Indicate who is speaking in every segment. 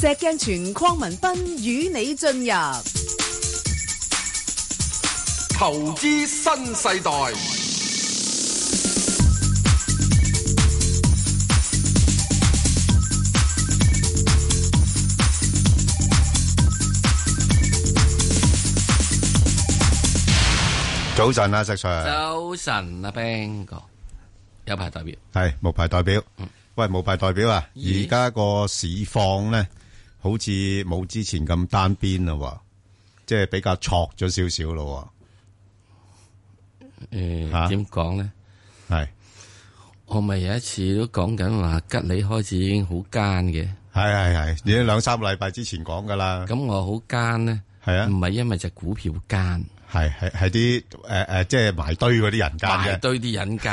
Speaker 1: 石鏡泉鄺民彬與你進入
Speaker 2: 投資新世代。
Speaker 3: 早晨啊，石 Sir，
Speaker 4: 早晨啊，Bang 哥，有排代表
Speaker 3: 係無牌代表。喂，無牌代表啊，而
Speaker 4: 咦
Speaker 3: 家個市況咧，好似冇之前咁單邊啦喎，即係比較挫咗少少咯嚇嗯
Speaker 4: 誒點講咧？
Speaker 3: 喎。係
Speaker 4: 我咪有一次都講緊話吉利開始已經好奸嘅，
Speaker 3: 係係係，你兩三個禮拜之前講噶啦。
Speaker 4: 咁我好奸咧，
Speaker 3: 係啊
Speaker 4: 唔，係因為只股票奸，
Speaker 3: 係係係啲誒誒，即係埋堆嗰啲人間
Speaker 4: 大
Speaker 3: 嘅。
Speaker 4: 堆啲 人奸，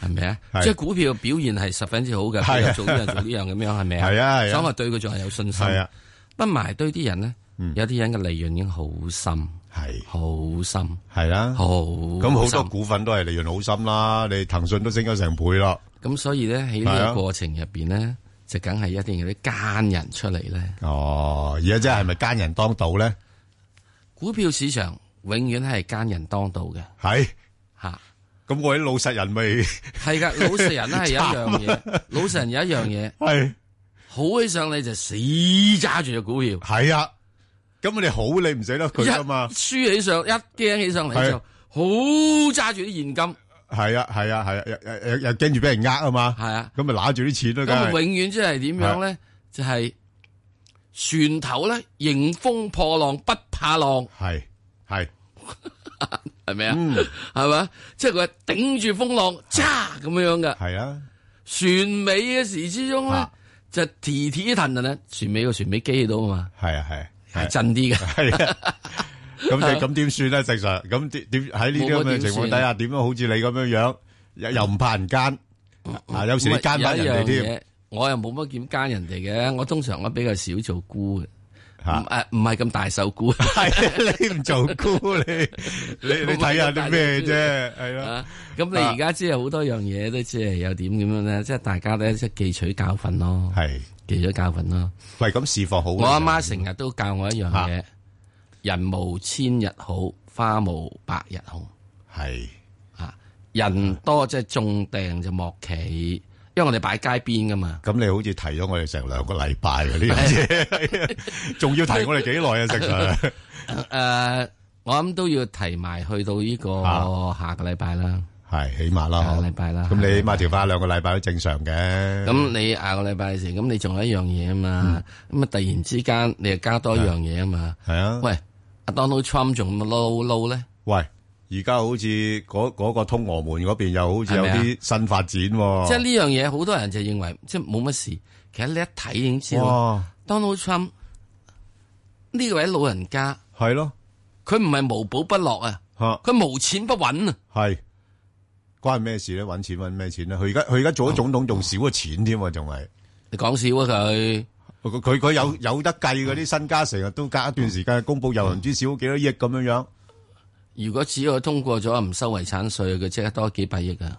Speaker 4: 係咪啊？
Speaker 3: 係
Speaker 4: 即係股票表現係十分之好
Speaker 3: 係
Speaker 4: 嘅，
Speaker 3: 啊
Speaker 4: 佢又做呢樣做呢樣咁樣，係咪 啊？
Speaker 3: 係啊係啊
Speaker 4: 所以我對佢仲係有信心。
Speaker 3: 係啊，嗯
Speaker 4: 不埋堆啲人咧，有啲人嘅利潤已經好深，
Speaker 3: 係
Speaker 4: 好深，
Speaker 3: 係啦。
Speaker 4: 好
Speaker 3: 嗯咁好多
Speaker 4: 深
Speaker 3: 股份都係利潤好深啦，你騰訊都升咗成倍咯。
Speaker 4: 咁所以咧喺
Speaker 3: 係
Speaker 4: 呢
Speaker 3: 啊
Speaker 4: 個過程入邊咧，就梗係一定有啲奸人出嚟咧。
Speaker 3: 哦，而家即係咪奸人當道咧？
Speaker 4: 股票市場永遠係奸人當道嘅
Speaker 3: 係，
Speaker 4: 吓，
Speaker 3: 咁我啲老實人咪
Speaker 4: 係噶。老實人 咧係有
Speaker 3: 啊
Speaker 4: 一樣嘢，老實人有一樣嘢，
Speaker 3: 係
Speaker 4: 好起上你就死揸住只股票，
Speaker 3: 係啊。咁你好，你唔使得佢噶嘛
Speaker 4: 一？輸起上一驚起上嚟
Speaker 3: 係
Speaker 4: 就好揸住啲現金，係
Speaker 3: 係啊，係啊，係啊，又又又又驚住俾人呃啊嘛。
Speaker 4: 啊，
Speaker 3: 咁咪揦住啲錢咯，
Speaker 4: 咁
Speaker 3: 梗
Speaker 4: 啊
Speaker 3: 係
Speaker 4: 永遠即係點樣咧？就係船頭咧迎風破浪不怕浪，
Speaker 3: 係係
Speaker 4: 係咪啊？
Speaker 3: 嗯
Speaker 4: 係咪啊？即係佢係頂住風浪揸咁樣嘅。
Speaker 3: 係啊，
Speaker 4: 船尾嘅時之中咧
Speaker 3: 啊，
Speaker 4: 就提提騰騰咧，船尾個船尾機喺度啊嘛，
Speaker 3: 係啊，係
Speaker 4: 係
Speaker 3: 係
Speaker 4: 震啲嘅。
Speaker 3: 係啊。咁你咁點算咧？正常咁點點喺呢啲咁嘅情況底下，點樣好似你咁樣樣，又又唔怕人奸啊？有時你奸翻人哋
Speaker 4: 嗯咁啊有一樣
Speaker 3: 添
Speaker 4: 嘢我又冇乜點奸人哋嘅，我通常我比較少做沽嘅，
Speaker 3: 嚇
Speaker 4: 唔誒唔係咁大手沽。
Speaker 3: 係你唔做姑，你你 你睇下啲咩啫？係咯
Speaker 4: 啊，咁你而家即係好多樣嘢都即係有點咁樣咧，即係大家咧即係記取教訓咯，
Speaker 3: 係
Speaker 4: 記咗教訓咯。
Speaker 3: 喂，咁市況好啊
Speaker 4: 我阿媽成日都教我一樣嘢：人無千日好，花無百日紅。
Speaker 3: 係
Speaker 4: 啊，人多即係中訂就莫企，因為我哋擺街邊噶嘛。
Speaker 3: 咁，你好似提咗我哋成兩個禮拜嘅呢樣嘢，仲要提我哋幾耐啊？石 Sir
Speaker 4: 誒、我諗都要提埋去到呢個
Speaker 3: 啊
Speaker 4: 下個禮拜啦。
Speaker 3: 係起碼啦，
Speaker 4: 下個禮拜啦
Speaker 3: 咁你起碼調翻兩個禮拜都正常嘅。
Speaker 4: 咁你下個禮拜嘅時，咁你仲有一樣嘢啊嘛。咁啊，突然之間你又加多一樣嘢啊嘛。
Speaker 3: 係嗯啊，
Speaker 4: 喂，阿 Donald Trump 仲咁撈撈咧？
Speaker 3: 喂，而家好似嗰嗰個通俄門嗰邊又好似有
Speaker 4: 係咪
Speaker 3: 啲新發展喎，
Speaker 4: 即係呢樣嘢，好多人就認為即係冇乜事。其實你一睇已經知道
Speaker 3: 哇，
Speaker 4: ，Donald Trump 呢位老人家，
Speaker 3: 係咯，
Speaker 4: 佢唔係無寶不落啊，
Speaker 3: 嚇
Speaker 4: 佢無錢不揾啊。
Speaker 3: 係關咩事咧？揾錢揾咩錢咧？佢而家佢而家做咗總統仲少咗錢添喎，仲係。
Speaker 4: 你講少啊佢。
Speaker 3: 佢-佢-佢有-有得計嗰啲身家，成日都隔一段時間公佈有人唔知少幾多億咁樣樣。
Speaker 4: 如果只要通過咗唔收遺產税，佢即刻多幾百億啊！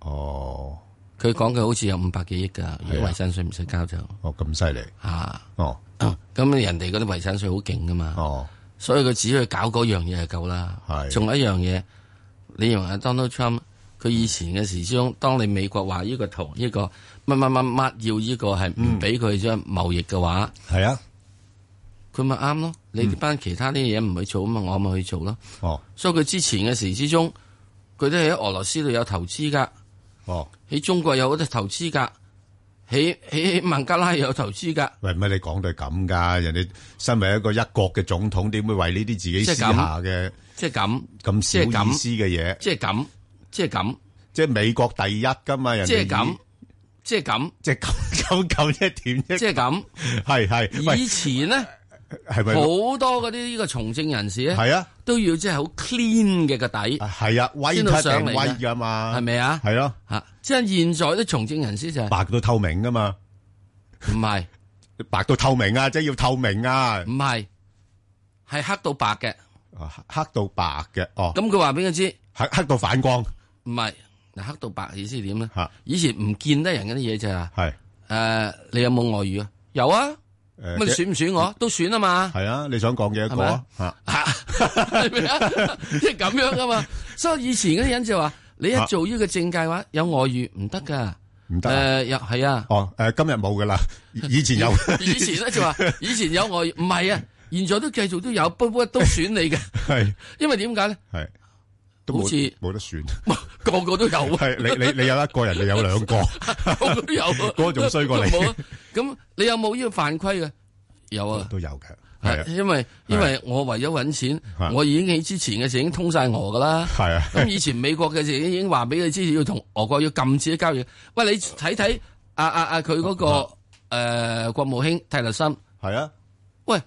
Speaker 3: 哦
Speaker 4: 佢講佢好似有五百幾億噶，如果遺產税唔使交就
Speaker 3: 哦
Speaker 4: 啊，咁人哋嗰啲遺產税好勁噶嘛，
Speaker 3: 哦，哦，咁犀利。哦，哦，係，係，
Speaker 4: 所以佢只要搞嗰樣嘢就夠啦
Speaker 3: 係。
Speaker 4: 仲有一樣嘢，你認為阿 Donald Trump 佢以前嘅時之中，當你美國話呢個同呢個乜乜乜乜要呢個係唔俾佢將貿易嘅話，佢咪啱咯？你呢班其他啲嘢唔去做啊嘛，我咪去做咯。
Speaker 3: 哦
Speaker 4: 所以佢之前嘅時之中，佢都喺俄羅斯度有投資噶。
Speaker 3: 哦
Speaker 4: 喺中國有好多投資噶，喺喺喺孟加拉又有投資噶，
Speaker 3: 哦，哦。喂，乜你講到咁㗎？人哋身為一個一國嘅總統，點會為呢啲自己私下嘅
Speaker 4: 即係咁，
Speaker 3: 咁少
Speaker 4: 即係咁。
Speaker 3: 意思嘅嘢？
Speaker 4: 即係咁，即係咁，
Speaker 3: 即係美國第一㗎嘛，人哋
Speaker 4: 即係咁
Speaker 3: 以-，
Speaker 4: 即係咁，
Speaker 3: 即係咁- 咁-咁一點啫。
Speaker 4: 即係咁。
Speaker 3: 係，係，喂，
Speaker 4: 以前咧，
Speaker 3: 係咪-啊
Speaker 4: 好多嗰啲呢個從政人士咧，都要即係好 clean 嘅個底，
Speaker 3: 係啊，係啊，威
Speaker 4: 先到
Speaker 3: 他
Speaker 4: 上
Speaker 3: 定
Speaker 4: 嚟
Speaker 3: 威
Speaker 4: 嘅，
Speaker 3: 㗎嘛。
Speaker 4: 係咪啊？吓，即係現在啲從政人士就係
Speaker 3: 係咯，白到透明㗎嘛。
Speaker 4: 唔係
Speaker 3: 白到透明啊，即係要透明啊，
Speaker 4: 唔係，係黑到白嘅。
Speaker 3: 啊黑到白嘅，哦，
Speaker 4: 咁佢話俾佢知，
Speaker 3: 黑黑到反光，
Speaker 4: 唔係嗱黑到白意思係點咧
Speaker 3: 嚇？
Speaker 4: 以前唔見得人嗰啲嘢就係話
Speaker 3: 係
Speaker 4: 誒，你有冇外遇啊？有啊，
Speaker 3: 誒
Speaker 4: 咁你選唔選我都選啊嘛，
Speaker 3: 係啊，你想講幾多個啊？嚇
Speaker 4: 吓， 係咪啊？ 即係咁樣噶嘛。所以以前嗰啲人就話，你一做呢個政界嘅話，有外遇唔得噶，
Speaker 3: 唔啊得啊
Speaker 4: 誒，又係 啊。
Speaker 3: 哦，誒今日冇噶啦，以以前有，
Speaker 4: 以前咧就話，以前有外遇，唔係啊，現在都繼續都有，不過都選你嘅，
Speaker 3: 係
Speaker 4: 因為點解咧？
Speaker 3: 係都冇
Speaker 4: 好似
Speaker 3: 冇得選，
Speaker 4: 個個都有啊。
Speaker 3: 係你你你有一個人，你有 兩個，
Speaker 4: 個個都有啊，
Speaker 3: 嗰個仲衰過你
Speaker 4: 都冇啊咁你有冇呢個犯規嘅？有啊，
Speaker 3: 都有嘅，係
Speaker 4: 係
Speaker 3: 啊
Speaker 4: 因為因為我為咗揾錢，
Speaker 3: 係
Speaker 4: 我已經喺之前嘅時候已經通晒俄噶啦。
Speaker 3: 係啊
Speaker 4: 咁以前美國嘅時候已經話俾你知要同俄國要禁止啲交易。喂，你睇睇啊啊啊佢嗰個誒國務卿泰勒森，
Speaker 3: 係啊。
Speaker 4: 喂，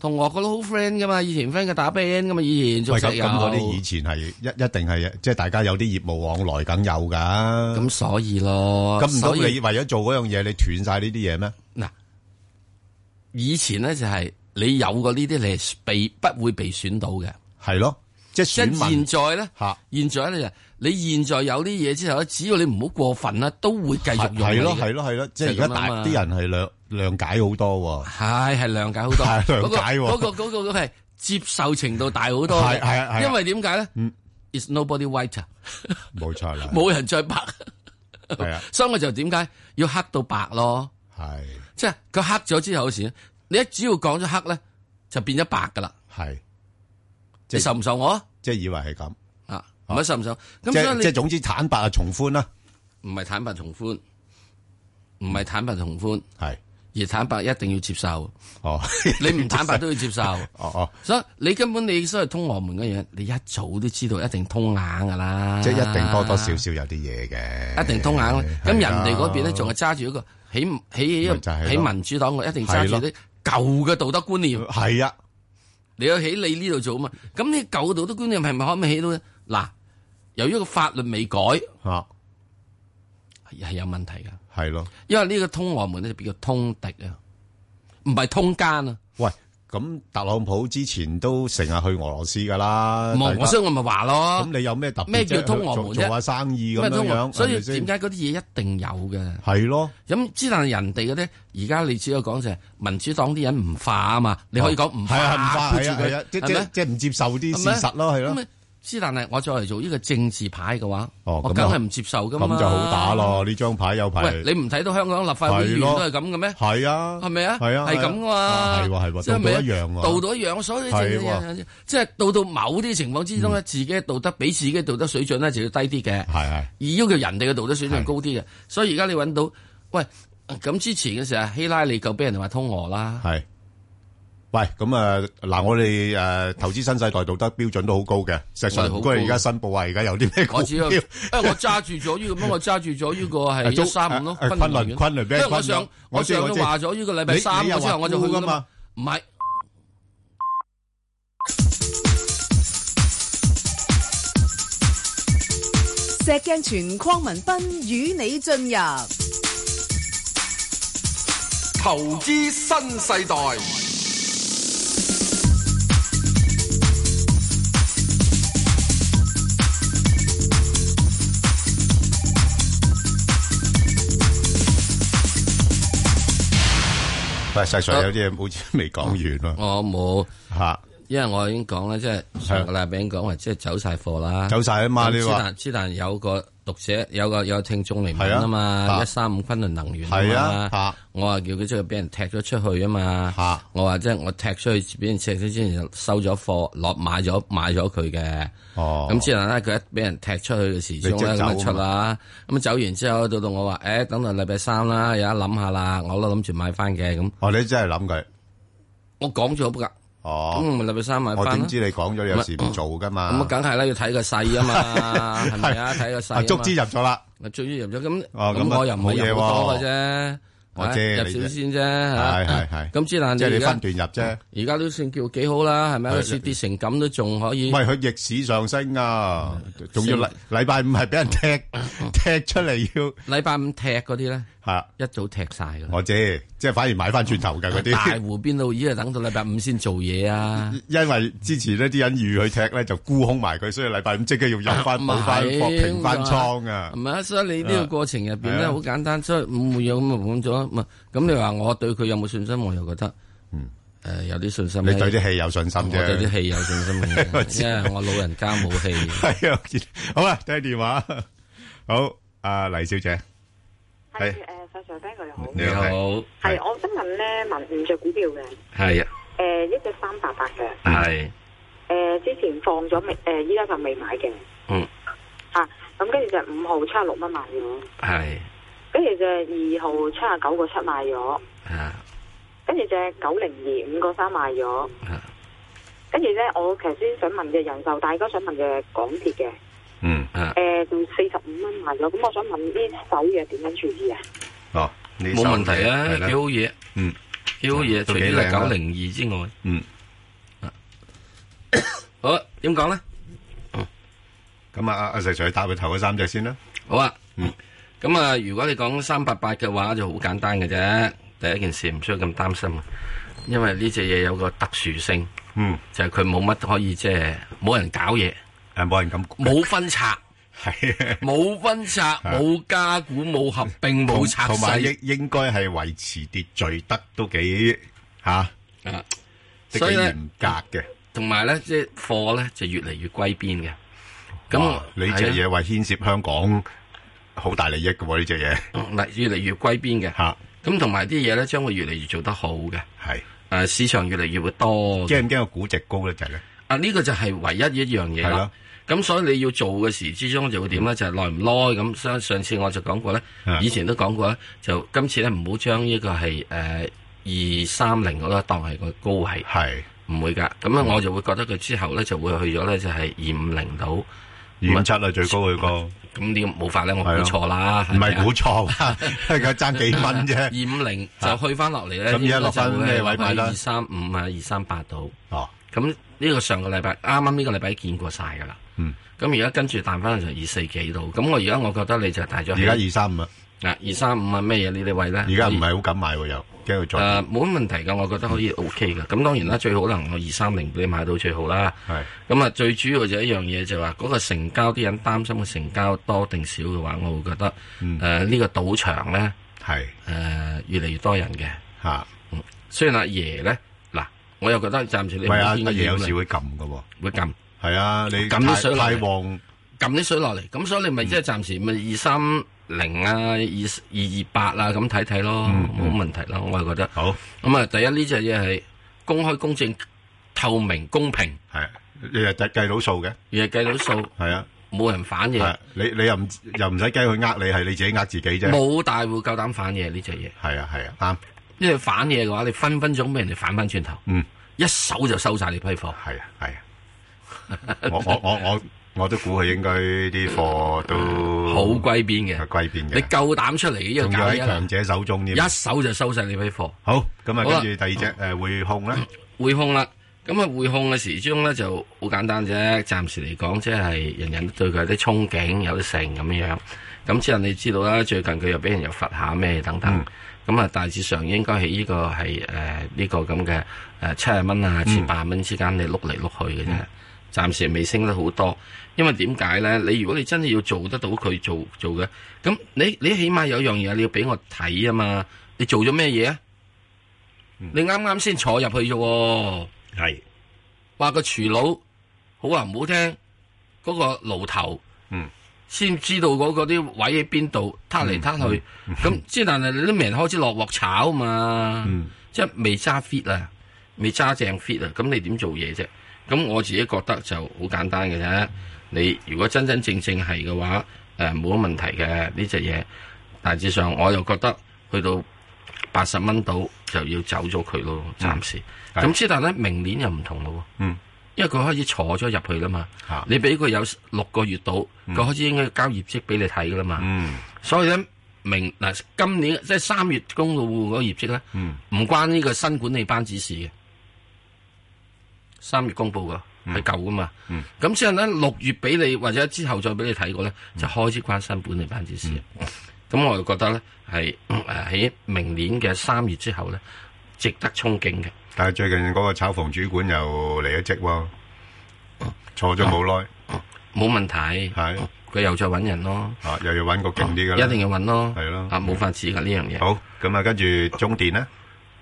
Speaker 4: 同俄國都好 friend 噶嘛，以前 friend 嘅打 band 噶嘛，以前做
Speaker 3: 喂，咁
Speaker 4: 石油。
Speaker 3: 咁嗰啲以前係一一定係即係大家有啲業務往來梗有噶。
Speaker 4: 咁所以咯，
Speaker 3: 咁唔
Speaker 4: 所
Speaker 3: 通
Speaker 4: 以
Speaker 3: 你為咗做嗰樣嘢，你斷晒呢啲嘢咩？
Speaker 4: 嗱，以前咧就係你有過呢啲，你係被不會被選到嘅。
Speaker 3: 係咯，即
Speaker 4: 即
Speaker 3: 係
Speaker 4: 係
Speaker 3: 選民
Speaker 4: 現在咧，
Speaker 3: 嚇
Speaker 4: 現在咧就你現在有啲嘢之後咧，只要你唔好過分啦，都會繼續
Speaker 3: 係
Speaker 4: 用
Speaker 3: 係
Speaker 4: 你
Speaker 3: 咯
Speaker 4: 嘅
Speaker 3: 係咯係咯，即係而
Speaker 4: 就係
Speaker 3: 家
Speaker 4: 咁啊
Speaker 3: 大
Speaker 4: 嘛
Speaker 3: 啲人係諒諒解好多喎。
Speaker 4: 係係諒解好 多，
Speaker 3: 係
Speaker 4: 嗰
Speaker 3: 諒
Speaker 4: 個
Speaker 3: 解喎
Speaker 4: 嗰個嗰個嗰個係接受程度大好多
Speaker 3: 係
Speaker 4: 嘅，
Speaker 3: 係啊係啊
Speaker 4: 因為點解咧？Is nobody white 啊
Speaker 3: 冇錯啦，
Speaker 4: 冇人再白，
Speaker 3: 係啊，
Speaker 4: 所以我就點解要黑到白咯？
Speaker 3: 係
Speaker 4: 即係佢黑咗之後嘅時，你一只要講咗黑咧，就變咗白噶啦。
Speaker 3: 係，即
Speaker 4: 你受唔受我啊？
Speaker 3: 即係以為係咁，
Speaker 4: 啊，唔係受唔受？
Speaker 3: 即
Speaker 4: 咁所以
Speaker 3: 係即
Speaker 4: 你
Speaker 3: 係總之坦白啊，從寬啦，
Speaker 4: 唔係坦白從寬，唔係坦白從寬，
Speaker 3: 係
Speaker 4: 而坦白一定要接受。
Speaker 3: 哦
Speaker 4: 你唔坦白都要接受。
Speaker 3: 哦哦，
Speaker 4: 所以你根本你所謂通俄門嗰樣，你一早都知道一定通硬噶啦。
Speaker 3: 即係一定多多少少有啲嘢嘅，
Speaker 4: 啊
Speaker 3: 啊
Speaker 4: 一定通硬啦。咁人哋嗰邊咧仲係揸住一個喺喺
Speaker 3: 咪就係咯
Speaker 4: 喺民主黨，我一定揸住
Speaker 3: 係
Speaker 4: 啲舊嘅道德觀念。
Speaker 3: 係啊，
Speaker 4: 你要喺你呢度做啊嘛。咁你舊嘅道德觀念係咪可唔可以起到咧？嗱，由於個法律未改
Speaker 3: 嚇
Speaker 4: 係有問題噶，
Speaker 3: 啊係咯。
Speaker 4: 因為呢個通俄門咧就變叫通敵啊，唔係通奸啊。
Speaker 3: 喂，咁特朗普之前都成日去俄羅斯噶啦，
Speaker 4: 我
Speaker 3: 大家
Speaker 4: 我所以我咪話咯。
Speaker 3: 咁你有咩特別啫
Speaker 4: 咩叫通俄門
Speaker 3: 做
Speaker 4: 啫
Speaker 3: 做下生意咁
Speaker 4: 咩
Speaker 3: 樣
Speaker 4: 通
Speaker 3: 樣，
Speaker 4: 俄所以
Speaker 3: 係咪先
Speaker 4: 點解嗰啲嘢一定有嘅？
Speaker 3: 係咯？
Speaker 4: 咁之但係人哋嘅咧，而家你只有講就係民主黨啲人唔化啊嘛，你可以講唔化，
Speaker 3: 係啊，唔化
Speaker 4: 括住
Speaker 3: 係啊，
Speaker 4: 佢
Speaker 3: 係啊，即
Speaker 4: 係
Speaker 3: 即
Speaker 4: 咪
Speaker 3: 即唔接受啲事實咯，係
Speaker 4: 咁
Speaker 3: 咯。
Speaker 4: 咪之但係我作為做呢個政治牌嘅話，
Speaker 3: 哦咁
Speaker 4: 我
Speaker 3: 啊
Speaker 4: 梗係唔接受噶嘛，
Speaker 3: 咁就好打。咯，呢張牌有牌。
Speaker 4: 啊喂，你唔睇到香港立法會議
Speaker 3: 係
Speaker 4: 員
Speaker 3: 咯
Speaker 4: 都係咁嘅咩？
Speaker 3: 係啊，
Speaker 4: 係咪啊？
Speaker 3: 係啊，
Speaker 4: 係咁噶嘛？
Speaker 3: 啊係喎係喎，
Speaker 4: 即係咪
Speaker 3: 道道
Speaker 4: 啊
Speaker 3: 一樣喎。
Speaker 4: 道到一樣，所以正
Speaker 3: 係喎嗯
Speaker 4: 即係到到某啲情況之中咧，自己嘅道德比自己嘅道德水準咧就要低啲嘅。
Speaker 3: 係係
Speaker 4: 而要求人哋嘅道德水準高啲嘅。所以而家你揾到，喂，咁之前嘅時候，希拉里夠俾人哋話通俄啦，
Speaker 3: 係。喂，咁啊嗱，我哋誒投資新世代道德標準都好高嘅，石
Speaker 4: 我
Speaker 3: Sir，
Speaker 4: 哋好
Speaker 3: 唔該，
Speaker 4: 高
Speaker 3: 而家申報啊，而家有啲咩股
Speaker 4: 我只有，因
Speaker 3: 票
Speaker 4: 為？我揸住咗呢個乜，我揸住咗呢個係
Speaker 3: 中
Speaker 4: 一三五咯，
Speaker 3: 誒啊
Speaker 4: 昆
Speaker 3: 昆
Speaker 4: 崙
Speaker 3: 崙昆崙咩
Speaker 4: 因為
Speaker 3: 昆
Speaker 4: 我
Speaker 3: 崙
Speaker 4: 上
Speaker 3: 我
Speaker 4: 我
Speaker 3: 知
Speaker 4: 上
Speaker 3: 我
Speaker 4: 都
Speaker 3: 知
Speaker 4: 話咗呢個禮拜
Speaker 3: 你
Speaker 4: 三
Speaker 3: 你又
Speaker 4: 之後
Speaker 3: 話
Speaker 4: 我就去
Speaker 3: 沽㗎
Speaker 4: 㗎
Speaker 3: 嘛
Speaker 4: 嘛，唔係。
Speaker 1: 石鏡泉框文斌與你進入
Speaker 2: 投資新世代，
Speaker 3: 喂，石 Sir 有啲嘢好似未講完喎，
Speaker 4: 我冇，
Speaker 3: 嚇。
Speaker 4: 因為我已經講啦，即係上個禮拜已經講話，即係走晒貨啦，
Speaker 3: 走晒啊嘛
Speaker 4: 咁
Speaker 3: 你話
Speaker 4: 之但之但有個讀者有個有個聽眾嚟
Speaker 3: 係
Speaker 4: 問
Speaker 3: 啊
Speaker 4: 啊嘛，
Speaker 3: 啊
Speaker 4: 一三五昆崙能源
Speaker 3: 係
Speaker 4: 啊
Speaker 3: 啊
Speaker 4: 嘛
Speaker 3: 啊，
Speaker 4: 我話叫佢即係俾人踢咗出去啊嘛
Speaker 3: 啊，
Speaker 4: 我話即係我踢出去，俾人踢出去之前就收咗貨，落買咗買咗佢嘅。
Speaker 3: 哦
Speaker 4: 咁之後咧，佢一俾人踢出去嘅時鐘
Speaker 3: 你即
Speaker 4: 咧，
Speaker 3: 係
Speaker 4: 咁啊
Speaker 3: 走
Speaker 4: 出啦。咁走完之後，到到我話，誒，等到禮拜三啦，有得諗下啦，我都諗住買翻嘅。咁
Speaker 3: 哦，你真係諗佢。哦，
Speaker 4: 我講咗
Speaker 3: 哦
Speaker 4: 㗎，咁咪禮拜三買翻啦。
Speaker 3: 啊我點知你講咗有時唔做㗎嘛。
Speaker 4: 咁啊，梗係啦，要睇個勢啊 嘛，係咪啊？睇個勢啊嘛
Speaker 3: 啊，足之入咗啦。
Speaker 4: 咪最入咗咁，
Speaker 3: 哦
Speaker 4: 咁
Speaker 3: 咁啊
Speaker 4: 我又唔係入好多嘅啫，
Speaker 3: 冇嘢喎我知
Speaker 4: 啊
Speaker 3: 你
Speaker 4: 入
Speaker 3: 啫
Speaker 4: 少先啫，
Speaker 3: 係
Speaker 4: 嚇
Speaker 3: 係係
Speaker 4: 咁之但你而家
Speaker 3: 即係你分段入啫。
Speaker 4: 而家都算叫幾好啦，係咪啊？
Speaker 3: 係
Speaker 4: 個市跌成咁都仲可以，
Speaker 3: 喂，佢逆市上升啊，仲要禮- 禮拜五係俾人踢-踢出嚟要-
Speaker 4: 禮拜五踢嗰啲咧，一早踢晒㗎啦。
Speaker 3: 嚇，我知，即係反而買返轉頭㗎嗰啲。
Speaker 4: 大湖邊度依家等到禮拜五先做 嘢啊！
Speaker 3: 因為之前呢啲人預佢踢呢，就沽空埋佢，所以禮拜五即刻要入返-
Speaker 4: 唔係
Speaker 3: 補返貨，平返倉啊。
Speaker 4: 唔係啊，所以你呢個過程入邊咧，
Speaker 3: 係啊
Speaker 4: 好簡單，所以唔會有咁嘅咁咗。咁啊，咁你話我對佢有冇信心？我又覺得，誒有啲信心。
Speaker 3: 你對啲戲有信心啫
Speaker 4: 我對啲戲有信心
Speaker 3: 我知
Speaker 4: 嘅，因為我老人家冇戲。
Speaker 3: 係啊，好啦，聽電話。好，阿黎小姐，
Speaker 5: 係誒，石 Sir 咧佢好，
Speaker 3: 你
Speaker 4: Dạ,
Speaker 3: 好
Speaker 5: 係我想問咧，問五隻股票嘅，
Speaker 4: 係
Speaker 5: 誒一隻三八八嘅，
Speaker 4: 係，
Speaker 5: 誒之前放咗未？誒依家就未買嘅，
Speaker 4: 嗯
Speaker 5: 啊，咁跟住就五號七十六蚊買咗，
Speaker 4: 係
Speaker 5: 跟住就二號七十九個七買咗，
Speaker 4: 啊
Speaker 5: 跟住就九零二五個三買咗，
Speaker 4: 啊
Speaker 5: 跟住咧我其實先想問嘅人壽，但係而家想問嘅港鐵嘅，
Speaker 3: 嗯，
Speaker 4: 啊，
Speaker 5: 誒四十五蚊買咗，咁我想問呢手嘢點樣注意啊？
Speaker 3: 哦，呢
Speaker 4: 冇問題啊
Speaker 3: 手，
Speaker 4: 幾
Speaker 3: 嘢
Speaker 4: 好嘢，
Speaker 3: 嗯，
Speaker 4: 幾好嘢，除
Speaker 3: 都幾
Speaker 4: 咗
Speaker 3: 靚啊
Speaker 4: 九零二之外，
Speaker 3: 嗯，
Speaker 4: 好啊點講咧？
Speaker 3: 咁啊，阿阿石 Sir 答佢頭嗰三隻先啦。
Speaker 4: 好啊，
Speaker 3: 嗯
Speaker 4: 咁啊，如果你講三八八嘅話，就好簡單嘅啫。第一件事唔需要咁擔心啊，因為呢只嘢有個特殊性，
Speaker 3: 嗯，
Speaker 4: 就係佢冇乜可以即係冇人搞嘢，
Speaker 3: 誒，冇人咁
Speaker 4: 冇分拆，
Speaker 3: 係啊。
Speaker 4: 冇分拆，冇加股，冇合並，冇拆
Speaker 3: 同埋
Speaker 4: 細
Speaker 3: 應應該係維持秩序得都幾嚇，
Speaker 4: 啊。
Speaker 3: 即
Speaker 4: 所以
Speaker 3: 幾
Speaker 4: 咧，
Speaker 3: 嚴格嘅。
Speaker 4: 同埋咧，即係貨咧就越嚟越歸邊嘅。
Speaker 3: 咁
Speaker 4: 咁
Speaker 3: 你
Speaker 4: 係
Speaker 3: 只
Speaker 4: 啊
Speaker 3: 嘢話牽涉香港好大利益嘅喎，呢只嘢
Speaker 4: 嗯嗱越嚟越歸邊嘅。
Speaker 3: 嚇
Speaker 4: 咁同埋啲嘢咧，將會越嚟越做得好嘅。
Speaker 3: 係
Speaker 4: 誒，市場越嚟越會多嘅。
Speaker 3: 驚唔驚個估值高咧？就係咧，
Speaker 4: 啊，呢、個就係唯一一樣嘢
Speaker 3: 係啦
Speaker 4: 啦。咁所以你要做嘅時之中就會點咧？就係耐唔耐咁。上上次我就講過咧
Speaker 3: 啊，
Speaker 4: 以前都講過咧，就今次咧唔好將呢個係誒二三零嗰個當係個高位，
Speaker 3: 係
Speaker 4: 唔會㗎。咁啊咧我就會覺得佢之後咧就會去咗咧就係二五零度。
Speaker 3: 二五七啊，最高佢個，唔
Speaker 4: 咁呢個冇法咧，我估
Speaker 3: 係啊
Speaker 4: 錯啦，
Speaker 3: 係估錯 啊，係佢爭幾蚊啫。
Speaker 4: 二五零就去翻落嚟咧。
Speaker 3: 咁而家落返咩位買啦
Speaker 4: 二三五啊，二三八度。
Speaker 3: 哦，
Speaker 4: 咁呢個上個禮拜啱啱呢個禮拜見過晒㗎啦。
Speaker 3: 嗯，
Speaker 4: 咁而家跟住彈翻就二四幾度，咁我而家我覺得你就大咗
Speaker 3: 而家二三五啊，
Speaker 4: 嗱二三五啊咩嘢呢啲位咧？
Speaker 3: 而家唔係好敢買喎，又驚佢
Speaker 4: 誒
Speaker 3: 再
Speaker 4: 冇乜問題㗎，我覺得可以 O K 嘅。咁當然啦，最好能我二三零俾你買到最好啦。
Speaker 3: 係
Speaker 4: 咁啊，最主要就一樣嘢就係話嗰個成交啲人擔心個成交多定少嘅話，我會覺得呃誒呢、
Speaker 3: 嗯
Speaker 4: 個賭場咧誒、
Speaker 3: 係
Speaker 4: 呃越嚟越多人嘅。
Speaker 3: 嚇，
Speaker 4: 雖然阿爺咧嗱，我又覺得暫時
Speaker 3: 唔
Speaker 4: 你唔好
Speaker 3: 係啊，阿
Speaker 4: 牽
Speaker 3: 爺有時
Speaker 4: 佢
Speaker 3: 會撳嘅喎，
Speaker 4: 會撳。
Speaker 3: 係啊，你
Speaker 4: 撳啲水落
Speaker 3: 太
Speaker 4: 嚟
Speaker 3: 太旺
Speaker 4: 撳啲水落嚟，咁所以你咪即
Speaker 3: 嗯
Speaker 4: 係暫時咪二三零啊，二二二八啊咁睇睇咯，
Speaker 3: 嗯
Speaker 4: 冇問題啦，我係覺得。
Speaker 3: 好
Speaker 4: 咁啊，第一呢只嘢係公開、公正、透明、公平，
Speaker 3: 係，日日計計到數嘅，
Speaker 4: 而係計到數，
Speaker 3: 係啊。
Speaker 4: 冇人反嘢，
Speaker 3: 係，你-你又唔-又唔使驚佢呃你，係你自己呃自己啫。啊
Speaker 4: 冇大戶夠膽反嘢呢只嘢，因為反嘢嘅話，你分分鐘俾人哋反翻轉頭，
Speaker 3: 係啊，係啊，啱，嗯，係啊，係啊，我-
Speaker 4: 一手就收晒你批貨。
Speaker 3: 我-我-我-我都估佢應該啲貨都哦
Speaker 4: 好歸邊
Speaker 3: 嗯
Speaker 4: 嘅，
Speaker 3: 歸邊嘅，
Speaker 4: 你夠膽出嚟嘅呢個搞嘢
Speaker 3: 仲要
Speaker 4: 啦，
Speaker 3: 喺強者手中添。
Speaker 4: 一手就收晒你批貨。
Speaker 3: 好，咁啊，
Speaker 4: 好
Speaker 3: 跟
Speaker 4: 啦。
Speaker 3: 住第二隻，誒，匯控啦，
Speaker 4: 匯控啦。咁啊，匯控嘅時鐘咧就好簡單啫。暫時嚟講，即係人人都對佢有啲憧憬，有啲成咁樣。咁之後你知道啦，最近佢又俾人又罰下咩等等。咁啊、大致上應該喺呢個係誒呃呢個咁嘅誒七十蚊啊至八十蚊之間，你碌嚟碌去嘅啫。暫時未升得好多，因為點解咧？你如果你真係要做得到佢做做嘅，咁你你起碼有樣嘢你要俾我睇啊嘛。你做咗咩嘢啊？你啱啱先坐入去啫喎。話個廚佬好話唔好聽，嗰、個爐頭，
Speaker 3: 嗯，
Speaker 4: 先知道嗰個啲位喺邊度，攤嚟攤去， 咁之、但係你啲人開始落鑊炒嘛，
Speaker 3: 嗯
Speaker 4: 即係未揸 fit 啊，未揸正 fit 啊，咁你點做嘢啫？咁我自己覺得就好簡單嘅啫。你如果真真正正係嘅話，誒冇乜問題嘅呢只嘢。大致上我又覺得去到八十蚊度就要走咗佢咯，暫時。
Speaker 3: 嗯係
Speaker 4: 咁之、但咧明年又唔同咯喎。因為佢開始坐咗入去啦嘛，
Speaker 3: 嚇
Speaker 4: 你俾佢有六個月到，佢開始應該交業績俾你睇噶啦嘛，
Speaker 3: 嗯嗯，嗯，嗯，
Speaker 4: 所以咧明嗱今年即係三月公路戶嗰個業績咧，
Speaker 3: 嗯
Speaker 4: 唔關呢個新管理班子事嘅，三月公佈噶係舊噶嘛，
Speaker 3: 嗯
Speaker 4: 咁之後咧六月俾你或者之後再俾你睇過咧，
Speaker 3: 嗯
Speaker 4: 就開始關新管理班子事，咁、我就覺得咧係嗯誒喺明年嘅三月之後咧，值得憧憬嘅。
Speaker 3: 但係最近嗰個炒房主管又離咗職喎，坐咗冇耐，
Speaker 4: 冇問題
Speaker 3: 係，
Speaker 4: 佢又再揾人咯，
Speaker 3: 啊，又要揾個勁啲嘅啦，
Speaker 4: 一定要揾咯，
Speaker 3: 係咯
Speaker 4: 啊冇法子噶呢樣嘢。
Speaker 3: 好，咁啊，跟住中電咧，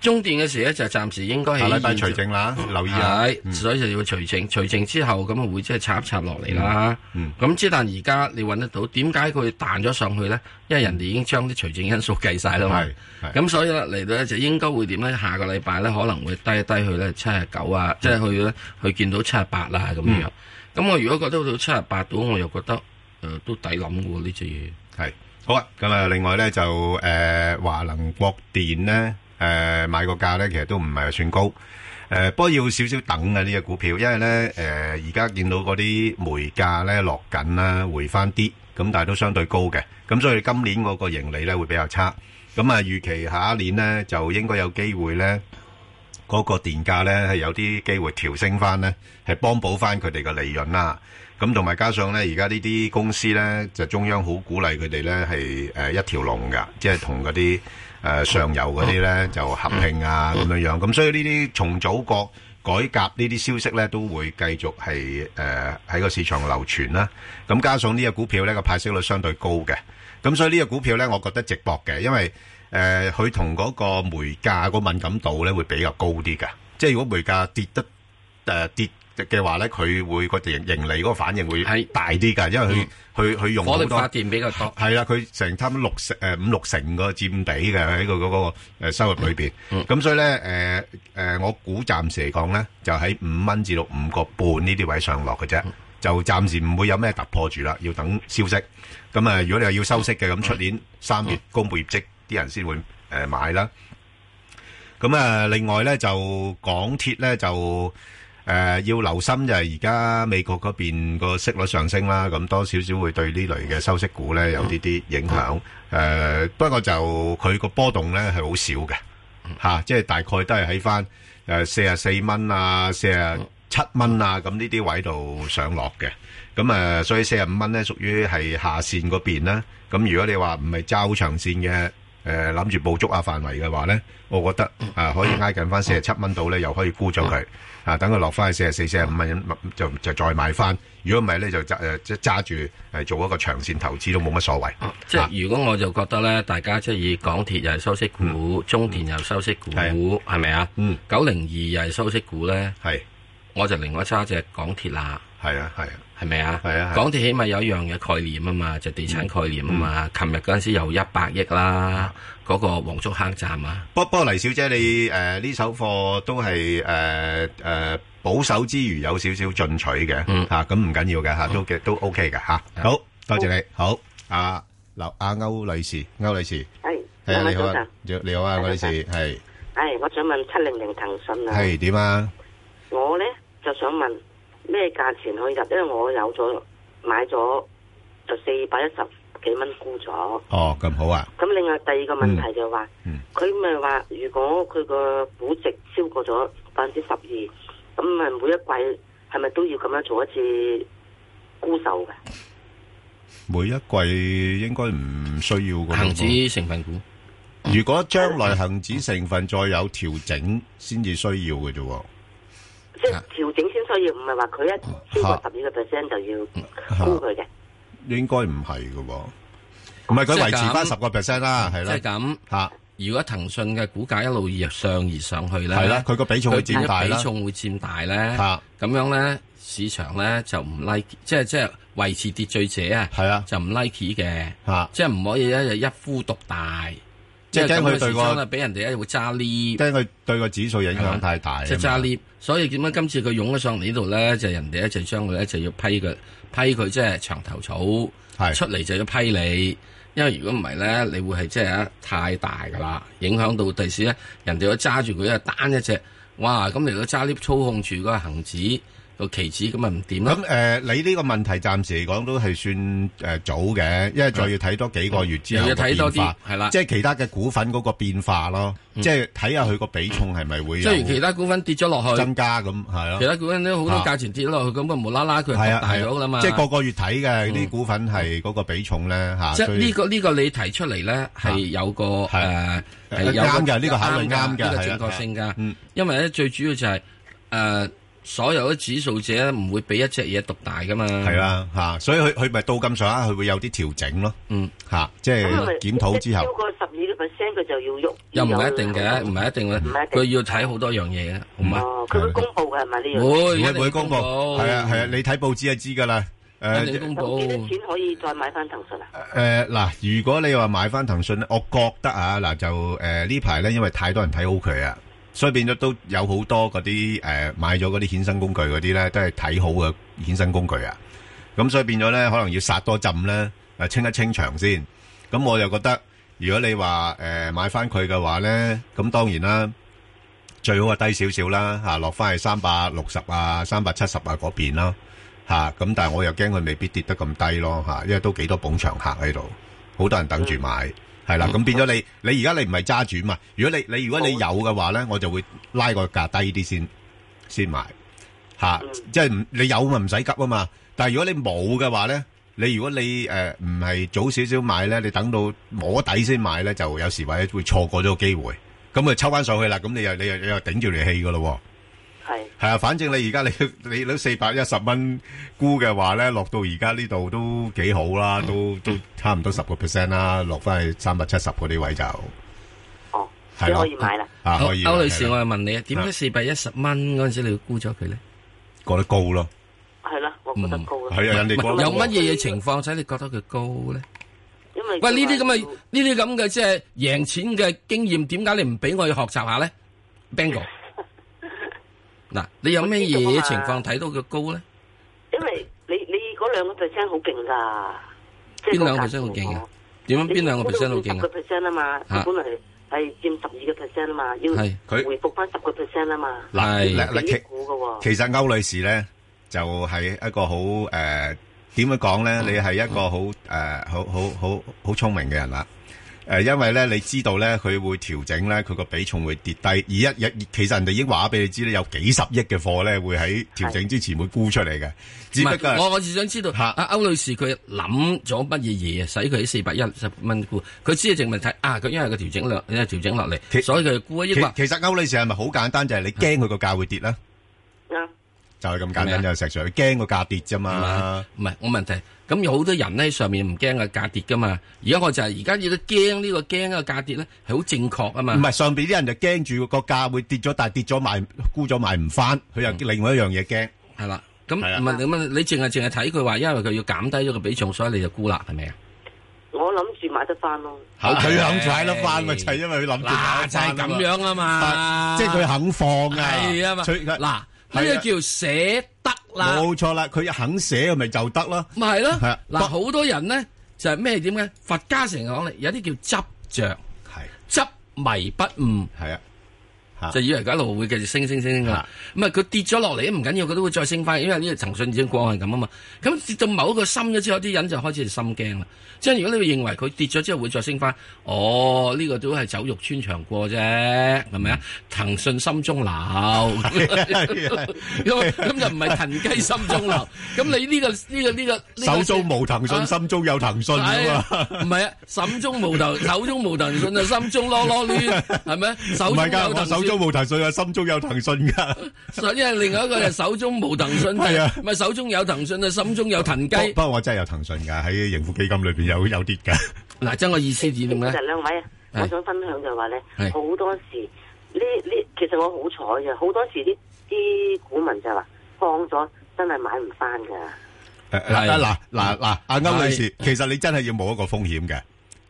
Speaker 4: 中電嘅時咧就暫時應該
Speaker 3: 下
Speaker 4: 係
Speaker 3: 禮拜除證啦，留意下。
Speaker 4: 係，所以就要除證，除證之後咁啊會即係插一插落嚟啦。
Speaker 3: 嗯
Speaker 4: 咁之但而家你揾得到，點解佢彈咗上去咧？因為人哋已經將啲除證因素計晒啦嘛
Speaker 3: 係。係
Speaker 4: 咁所以咧嚟到咧就應該會點咧？下個禮拜咧可能會低一低去咧七十九啊，
Speaker 3: 嗯
Speaker 4: 即係去咧去見到七十八啦咁樣。咁我如果覺得到七十八度，我又覺得誒、呃都抵諗嘅喎呢只嘢。
Speaker 3: 系好啊，咁啊，另外咧就诶华能國電咧，诶、買個價咧，其實都唔係話算高，诶、不過要少少等啊呢只股票，因為咧诶而家見到嗰啲煤價咧落緊啦，回翻啲，咁但係都相對高嘅，咁所以今年嗰個盈利咧會比較差，咁啊預期下一年咧就應該有機會咧。嗰個電價咧係有啲機會調升翻咧，係幫補翻佢哋嘅利潤啦。咁同埋加上咧，而家呢啲公司咧，就中央好鼓勵佢哋咧係誒一條龍噶，即係同嗰啲誒上游嗰啲咧就合併啊咁樣樣。咁所以呢啲重組國改革呢啲消息咧，都會繼續係誒喺個市場流傳啦。咁加上呢只股票咧個派息率相對高嘅，咁所以呢只股票咧，我覺得值博嘅，因為誒佢同嗰個煤價個敏感度咧會比較高啲嘅。即係如果煤價跌得誒、呃跌嘅話咧，佢會個盈盈利嗰個反應會
Speaker 4: 係
Speaker 3: 大啲㗎，因為佢佢佢用好
Speaker 4: 火
Speaker 3: 多
Speaker 4: 力發電比較多。
Speaker 3: 係啦，佢成差唔多六成誒五六成個佔比嘅喺佢嗰個誒收入裏邊。咁、所以咧誒誒，我估暫時嚟講咧，就喺五蚊至到五個半呢啲位上落嘅啫。就暫時唔會有咩突破住啦，要等消息。咁啊，如果你話要收息嘅，咁出年三月公布業績，啲人先會誒買啦。咁啊，另外咧就港鐵咧就誒、呃要留心就係而家美國嗰邊個息率上升啦，咁多少少會對呢類嘅收息股咧有啲啲影響。誒、不過就佢個波動咧係好少嘅嚇、即係大概都係喺翻誒四啊四蚊啊、四啊七蚊啊咁呢啲位度上落嘅。咁誒、呃所以四十五蚊咧屬於係下線嗰邊啦。咁如果你話唔係揸好長線嘅。誒諗住捕捉下範圍嘅話咧，我覺得啊可以挨近翻四十七蚊度咧，又可以沽咗佢啊，等佢落翻去四十四、四十五蚊就就再買翻。如果唔係咧，就揸誒即係揸住誒做一個長線投資都冇乜所謂。
Speaker 4: 即係如果我就覺得咧，大家即係以港鐵又係收息股，中電又收息股，
Speaker 3: 嗯係
Speaker 4: 係咪啊？
Speaker 3: 嗯，
Speaker 4: 九零二又係收息股咧，
Speaker 3: 係
Speaker 4: 我就另外揸只港鐵啦，
Speaker 3: 係啊係啊
Speaker 4: 係咪啊？
Speaker 3: 係啊係
Speaker 4: 港鐵起碼有一樣嘅概念啊嘛，就地產概念啊
Speaker 3: 嗯
Speaker 4: 嘛。琴日嗰陣時有一百億
Speaker 3: 啊
Speaker 4: 啦，嗰個黃竹坑站啊，
Speaker 3: 不不過黎小姐你誒呢首貨都係誒誒保守之餘有少少進取嘅嚇，咁唔緊要嘅嚇，都嘅都 OK 嘅嚇。好多謝你，好啊劉阿歐女士，歐女士。
Speaker 5: 係，
Speaker 3: 係啊，
Speaker 5: 兩位
Speaker 3: 你好
Speaker 5: 早
Speaker 3: 啊
Speaker 5: 晨，，
Speaker 3: 你好啊，我哋是係
Speaker 5: 係，我想問七零零騰訊啊，
Speaker 3: 係點啊？
Speaker 5: 我咧就想問咩價錢可以入？因為我有咗買咗就四百一十幾蚊沽咗。
Speaker 3: 哦，咁好啊，
Speaker 5: 咁另外第二個問題就話
Speaker 3: 嗯，
Speaker 5: 佢咪話如果佢個估值超過咗百分之十二，咁咪每一季係咪都要咁樣做一次沽售嘅？
Speaker 3: 每一季應該唔需要咁。
Speaker 4: 恒指成分股。
Speaker 3: 如果將來恒指成分再有調整，先至需要嘅啫喎。
Speaker 5: 即
Speaker 3: 啊
Speaker 5: 係調整先需要，唔係話佢
Speaker 3: 哦
Speaker 5: 一超過十二個 percent 就要
Speaker 3: 嗯
Speaker 5: 沽佢嘅。
Speaker 3: 應該唔係嘅喎，唔係佢維持翻
Speaker 4: 即
Speaker 3: 十
Speaker 4: 係
Speaker 3: 個 percent 啦，係
Speaker 4: 即
Speaker 3: 啦
Speaker 4: 係，咁，
Speaker 3: 嚇
Speaker 4: 如果騰訊嘅股價一路而上而上去咧，
Speaker 3: 係啦佢個比重會佔大啦
Speaker 4: 佢比重會佔大咧，
Speaker 3: 嚇
Speaker 4: 咁樣咧市場咧就唔 like，即係即係維持秩序者啊，
Speaker 3: 係啊
Speaker 4: 就唔 like 嘅，
Speaker 3: 嚇，
Speaker 4: 即係唔可以一日一夫獨大，
Speaker 3: 即係驚佢
Speaker 4: 咁
Speaker 3: 對
Speaker 4: 嘅
Speaker 3: 個
Speaker 4: 時鐘呢俾人哋一會揸呢。
Speaker 3: 驚佢對個指數影響太大啊嘛。
Speaker 4: 即係揸 lift，所以點解今次佢湧咗上嚟呢度咧？就人哋咧就將佢咧就要批佢，批佢即係長頭草，
Speaker 3: 係
Speaker 4: 出嚟就要批你，因為如果唔係咧，你會係即係啊太大噶啦，影響到第時咧，人哋要揸住佢啊單一隻，哇！咁嚟到揸 lift 操控住個恒指個期指，咁咪唔掂咯。
Speaker 3: 咁誒，你呢個問題暫時嚟講都係算誒早嘅，因為再要睇多幾個月之後
Speaker 4: 又要睇多
Speaker 3: 嘅
Speaker 4: 啲
Speaker 3: 變化
Speaker 4: 係啦
Speaker 3: 即係其他嘅股份嗰個變化咯，即係睇下佢個比重係咪會
Speaker 4: 即
Speaker 3: 有
Speaker 4: 係如其他股份跌咗落去，
Speaker 3: 增加咁係
Speaker 4: 其
Speaker 3: 咯，
Speaker 4: 他股份都好多
Speaker 3: 啊
Speaker 4: 價錢跌咗落去，咁佢無啦啦佢
Speaker 3: 係啊
Speaker 4: 大咗㗎啦嘛。嗯
Speaker 3: 即係個個月睇嘅啲股份係嗰個比重咧嚇，
Speaker 4: 即係
Speaker 3: 所以
Speaker 4: 呢個呢個你提出嚟咧係有個誒
Speaker 3: 係
Speaker 4: 係有
Speaker 3: 啱
Speaker 4: 個
Speaker 3: 嘅呢個考慮啱嘅
Speaker 4: 呢個
Speaker 3: 係啊
Speaker 4: 正確性㗎
Speaker 3: 嗯。
Speaker 4: 因為咧最主要就係誒所有嘅指數者咧唔會俾一隻嘢獨大噶嘛。
Speaker 3: 系啦吓，所以佢佢咪到咁上下，佢會有啲調整咯。
Speaker 4: 嗯，
Speaker 3: 吓，即係
Speaker 5: 咁係咪
Speaker 3: 檢討之
Speaker 5: 即係超
Speaker 3: 後，
Speaker 5: 過十二個 percent 佢就要喐，
Speaker 4: 又唔係一定嘅，唔
Speaker 5: 要有
Speaker 4: 係一定
Speaker 5: 唔
Speaker 4: 嘅，
Speaker 5: 係
Speaker 4: 佢
Speaker 5: 一定
Speaker 4: 要睇好多樣嘢嘅，唔係啊
Speaker 5: 哦，佢會公佈嘅係咪呢樣？
Speaker 4: 會
Speaker 3: 會
Speaker 4: 一
Speaker 3: 唔
Speaker 4: 定
Speaker 3: 會公布？啊係啊係啊，你睇報紙就知㗎啦。
Speaker 4: 一
Speaker 3: 诶
Speaker 4: 定公
Speaker 5: 咁
Speaker 4: 佈。
Speaker 5: 幾多錢可以再買翻騰訊啊？
Speaker 3: 诶呃嗱，如果你話買翻騰訊咧，我覺得啊嗱就诶呢排咧，因為太多人睇好佢啊。所以變咗都有好多嗰啲誒買咗嗰啲衍生工具嗰啲咧，都係睇好嘅衍生工具啊。咁所以變咗咧，可能要殺多浸咧，誒清一清場先。咁我又覺得，呃如果你話誒、呃、買翻佢嘅話咧，咁當然啦，最好係低少少啦，嚇、落翻係三百六十啊、三百七十啊嗰邊啦，嚇、咁但係我又驚佢未必跌得咁低咯，嚇、因為都幾多捧場客喺度，好多人等住買。係啦，咁變咗你，你而家你唔係揸住嘛？如果你你如果你有嘅話咧，我就會拉個價低啲先先買吓，即係唔你有咪唔使急啊嘛。但係如果你冇嘅話咧，你如果你诶唔係早少少買咧，你等到摸底先買咧，就有時或者會錯過咗個機會。咁就抽翻上去啦，咁你又你又你又頂住嚟氣噶咯
Speaker 5: 係
Speaker 3: 喎。係啊，反正你而家你你都 四百一十蚊沽嘅話咧，落到而家呢度都幾好啦，都都差唔多十個 percent 啦，落翻去三百七十嗰啲位就
Speaker 5: 哦，
Speaker 3: 係
Speaker 5: 你
Speaker 3: 咯
Speaker 5: 可以買啦。
Speaker 3: 啊
Speaker 4: 好
Speaker 3: 可以啦。
Speaker 4: 歐女士，
Speaker 3: 係
Speaker 4: 我
Speaker 3: 啦
Speaker 4: 係問你啊，點解四百一十蚊嗰陣時你要沽咗佢咧？
Speaker 3: 覺得高咯，
Speaker 5: 係啦，我覺得高啦。
Speaker 3: 係啊，人哋
Speaker 4: 嗯唔
Speaker 3: 覺
Speaker 4: 係
Speaker 3: 得
Speaker 4: 有乜嘢嘢情況使你覺得佢高咧？
Speaker 5: 因為
Speaker 4: 喂，呢啲咁嘅呢啲咁嘅即係贏錢嘅經驗，點解你唔俾我去學習下咧？Bingo，嗱，你有咩嘢情況睇到佢高咧？
Speaker 5: 因為你你嗰兩個 percent 好勁㗎，即係
Speaker 4: 邊
Speaker 5: 個
Speaker 4: 兩個
Speaker 5: 價
Speaker 4: percent 好勁
Speaker 5: 錢哦
Speaker 4: 啊？點樣邊兩個 percent 好
Speaker 5: 十
Speaker 4: 勁
Speaker 5: 個
Speaker 4: 啊？
Speaker 5: percent 啊嘛，
Speaker 4: 嚇
Speaker 5: 佢本來係佔十二個 percent 啊嘛，要
Speaker 4: 係
Speaker 3: 佢
Speaker 5: 回復翻十個 percent 啊嘛，
Speaker 3: 嗱
Speaker 4: 係
Speaker 3: 嗱嗱，
Speaker 5: 你
Speaker 3: 其
Speaker 5: 股嘅喎。
Speaker 3: 其實歐女士咧就係一個好誒點樣講咧？
Speaker 4: 嗯
Speaker 3: 你係一個好誒好好好好聰明嘅人啦。誒，因為咧你知道咧佢會調整咧，佢個比重會跌低。而一一其實人哋已經話俾你知咧，有幾十億嘅貨咧會喺調整之前會沽出嚟嘅。只
Speaker 4: 唔
Speaker 3: 不過
Speaker 4: 係，我
Speaker 3: 係
Speaker 4: 我只想知道
Speaker 3: 嚇
Speaker 4: 阿歐女士佢諗咗乜嘢嘢，使佢喺四百一十蚊沽？佢只係淨問睇啊，佢因為佢調整落，因為調整落
Speaker 3: 其
Speaker 4: 嚟，所以佢就沽啊。抑或
Speaker 3: 其其實歐女士係咪好簡單？就
Speaker 4: 嗯
Speaker 3: 係你驚佢個價會跌啦，
Speaker 5: 啱
Speaker 3: 就係咁簡單
Speaker 4: 咩
Speaker 3: 就石 Sir，佢驚個價跌啫
Speaker 4: 唔啊係
Speaker 3: 嘛。
Speaker 4: 唔係我問題。咁有好多人咧喺上面唔驚個價跌噶嘛。而家我就係而家要驚呢個驚個價跌咧，係好正確啊嘛。
Speaker 3: 唔係上邊啲人就驚住個價會跌咗，但係跌咗賣沽咗賣唔翻，佢
Speaker 4: 嗯
Speaker 3: 又另外一樣嘢驚。
Speaker 4: 係啦，咁
Speaker 3: 係啊
Speaker 4: 唔係你乜？你淨係淨係睇佢話，因為佢要減低咗個比重，所以你就沽啦，係咪啊？
Speaker 5: 我諗住買得翻咯。
Speaker 3: 嚇佢肯踩得翻咪就係因為佢諗住踩
Speaker 4: 嗱，
Speaker 3: 得返啊嘛
Speaker 4: 就係咁樣啊嘛
Speaker 3: 啊，即係佢肯放啊，
Speaker 4: 係啊嘛。
Speaker 3: 佢
Speaker 4: 嗱，呢
Speaker 3: 係啊
Speaker 4: 個叫捨得啦，
Speaker 3: 冇錯啦，佢肯寫咪就得咯，
Speaker 4: 咪係
Speaker 3: 係啊
Speaker 4: 咯。嗱，
Speaker 3: 不
Speaker 4: 好多人咧就係咩點咧？佛家成日講咧，有啲叫執着、
Speaker 3: 係
Speaker 4: 執迷不悟。
Speaker 3: 係啊，嚇
Speaker 4: 就以為佢一路會繼續升升升升㗎啦。咁啊，佢跌咗落嚟都唔緊要，佢都會再升翻，因為呢個騰訊已經過係咁啊嘛。咁跌到某一個深咗之後，啲人就開始心驚啦。即係如果你認為佢跌咗之後會再升翻，哦，呢、個都係走肉穿牆過啫，係咪
Speaker 3: 嗯
Speaker 4: 啊？騰訊 心中流，咁咁就唔係騰雞心中流。咁你呢、個呢、個呢、個呢個
Speaker 3: 手中無騰訊，
Speaker 4: 啊
Speaker 3: 心中有騰訊
Speaker 4: 係
Speaker 3: 啊嘛。
Speaker 4: 唔係啊，手中 無頭，手中無騰訊就啊心中囉囉攣，係咪？手
Speaker 3: 唔
Speaker 4: 中
Speaker 3: 係㗎，
Speaker 4: 有
Speaker 3: 我
Speaker 4: 騰
Speaker 3: 手
Speaker 4: 訊
Speaker 3: 中無騰訊啊，心中有騰訊㗎。
Speaker 4: 所以另外一個就手中無騰訊，
Speaker 3: 係啊哦
Speaker 4: 咪手中有騰訊啊，心中有騰雞。
Speaker 3: 不不過我真係有騰訊㗎，喺盈富基金裏邊有有跌㗎。
Speaker 4: 嗱，真我意思點
Speaker 5: 其
Speaker 4: 咧？
Speaker 5: 實兩位啊，
Speaker 4: 係
Speaker 5: 我想分享就係話咧
Speaker 4: 係，
Speaker 5: 好多時呢呢，其實我好彩嘅，好多時啲啲股民就係話放咗真係買唔翻㗎。
Speaker 3: 誒
Speaker 4: 係
Speaker 3: 嗱嗱嗱嗱，阿歐女士，其實你真係要冇一個風險嘅。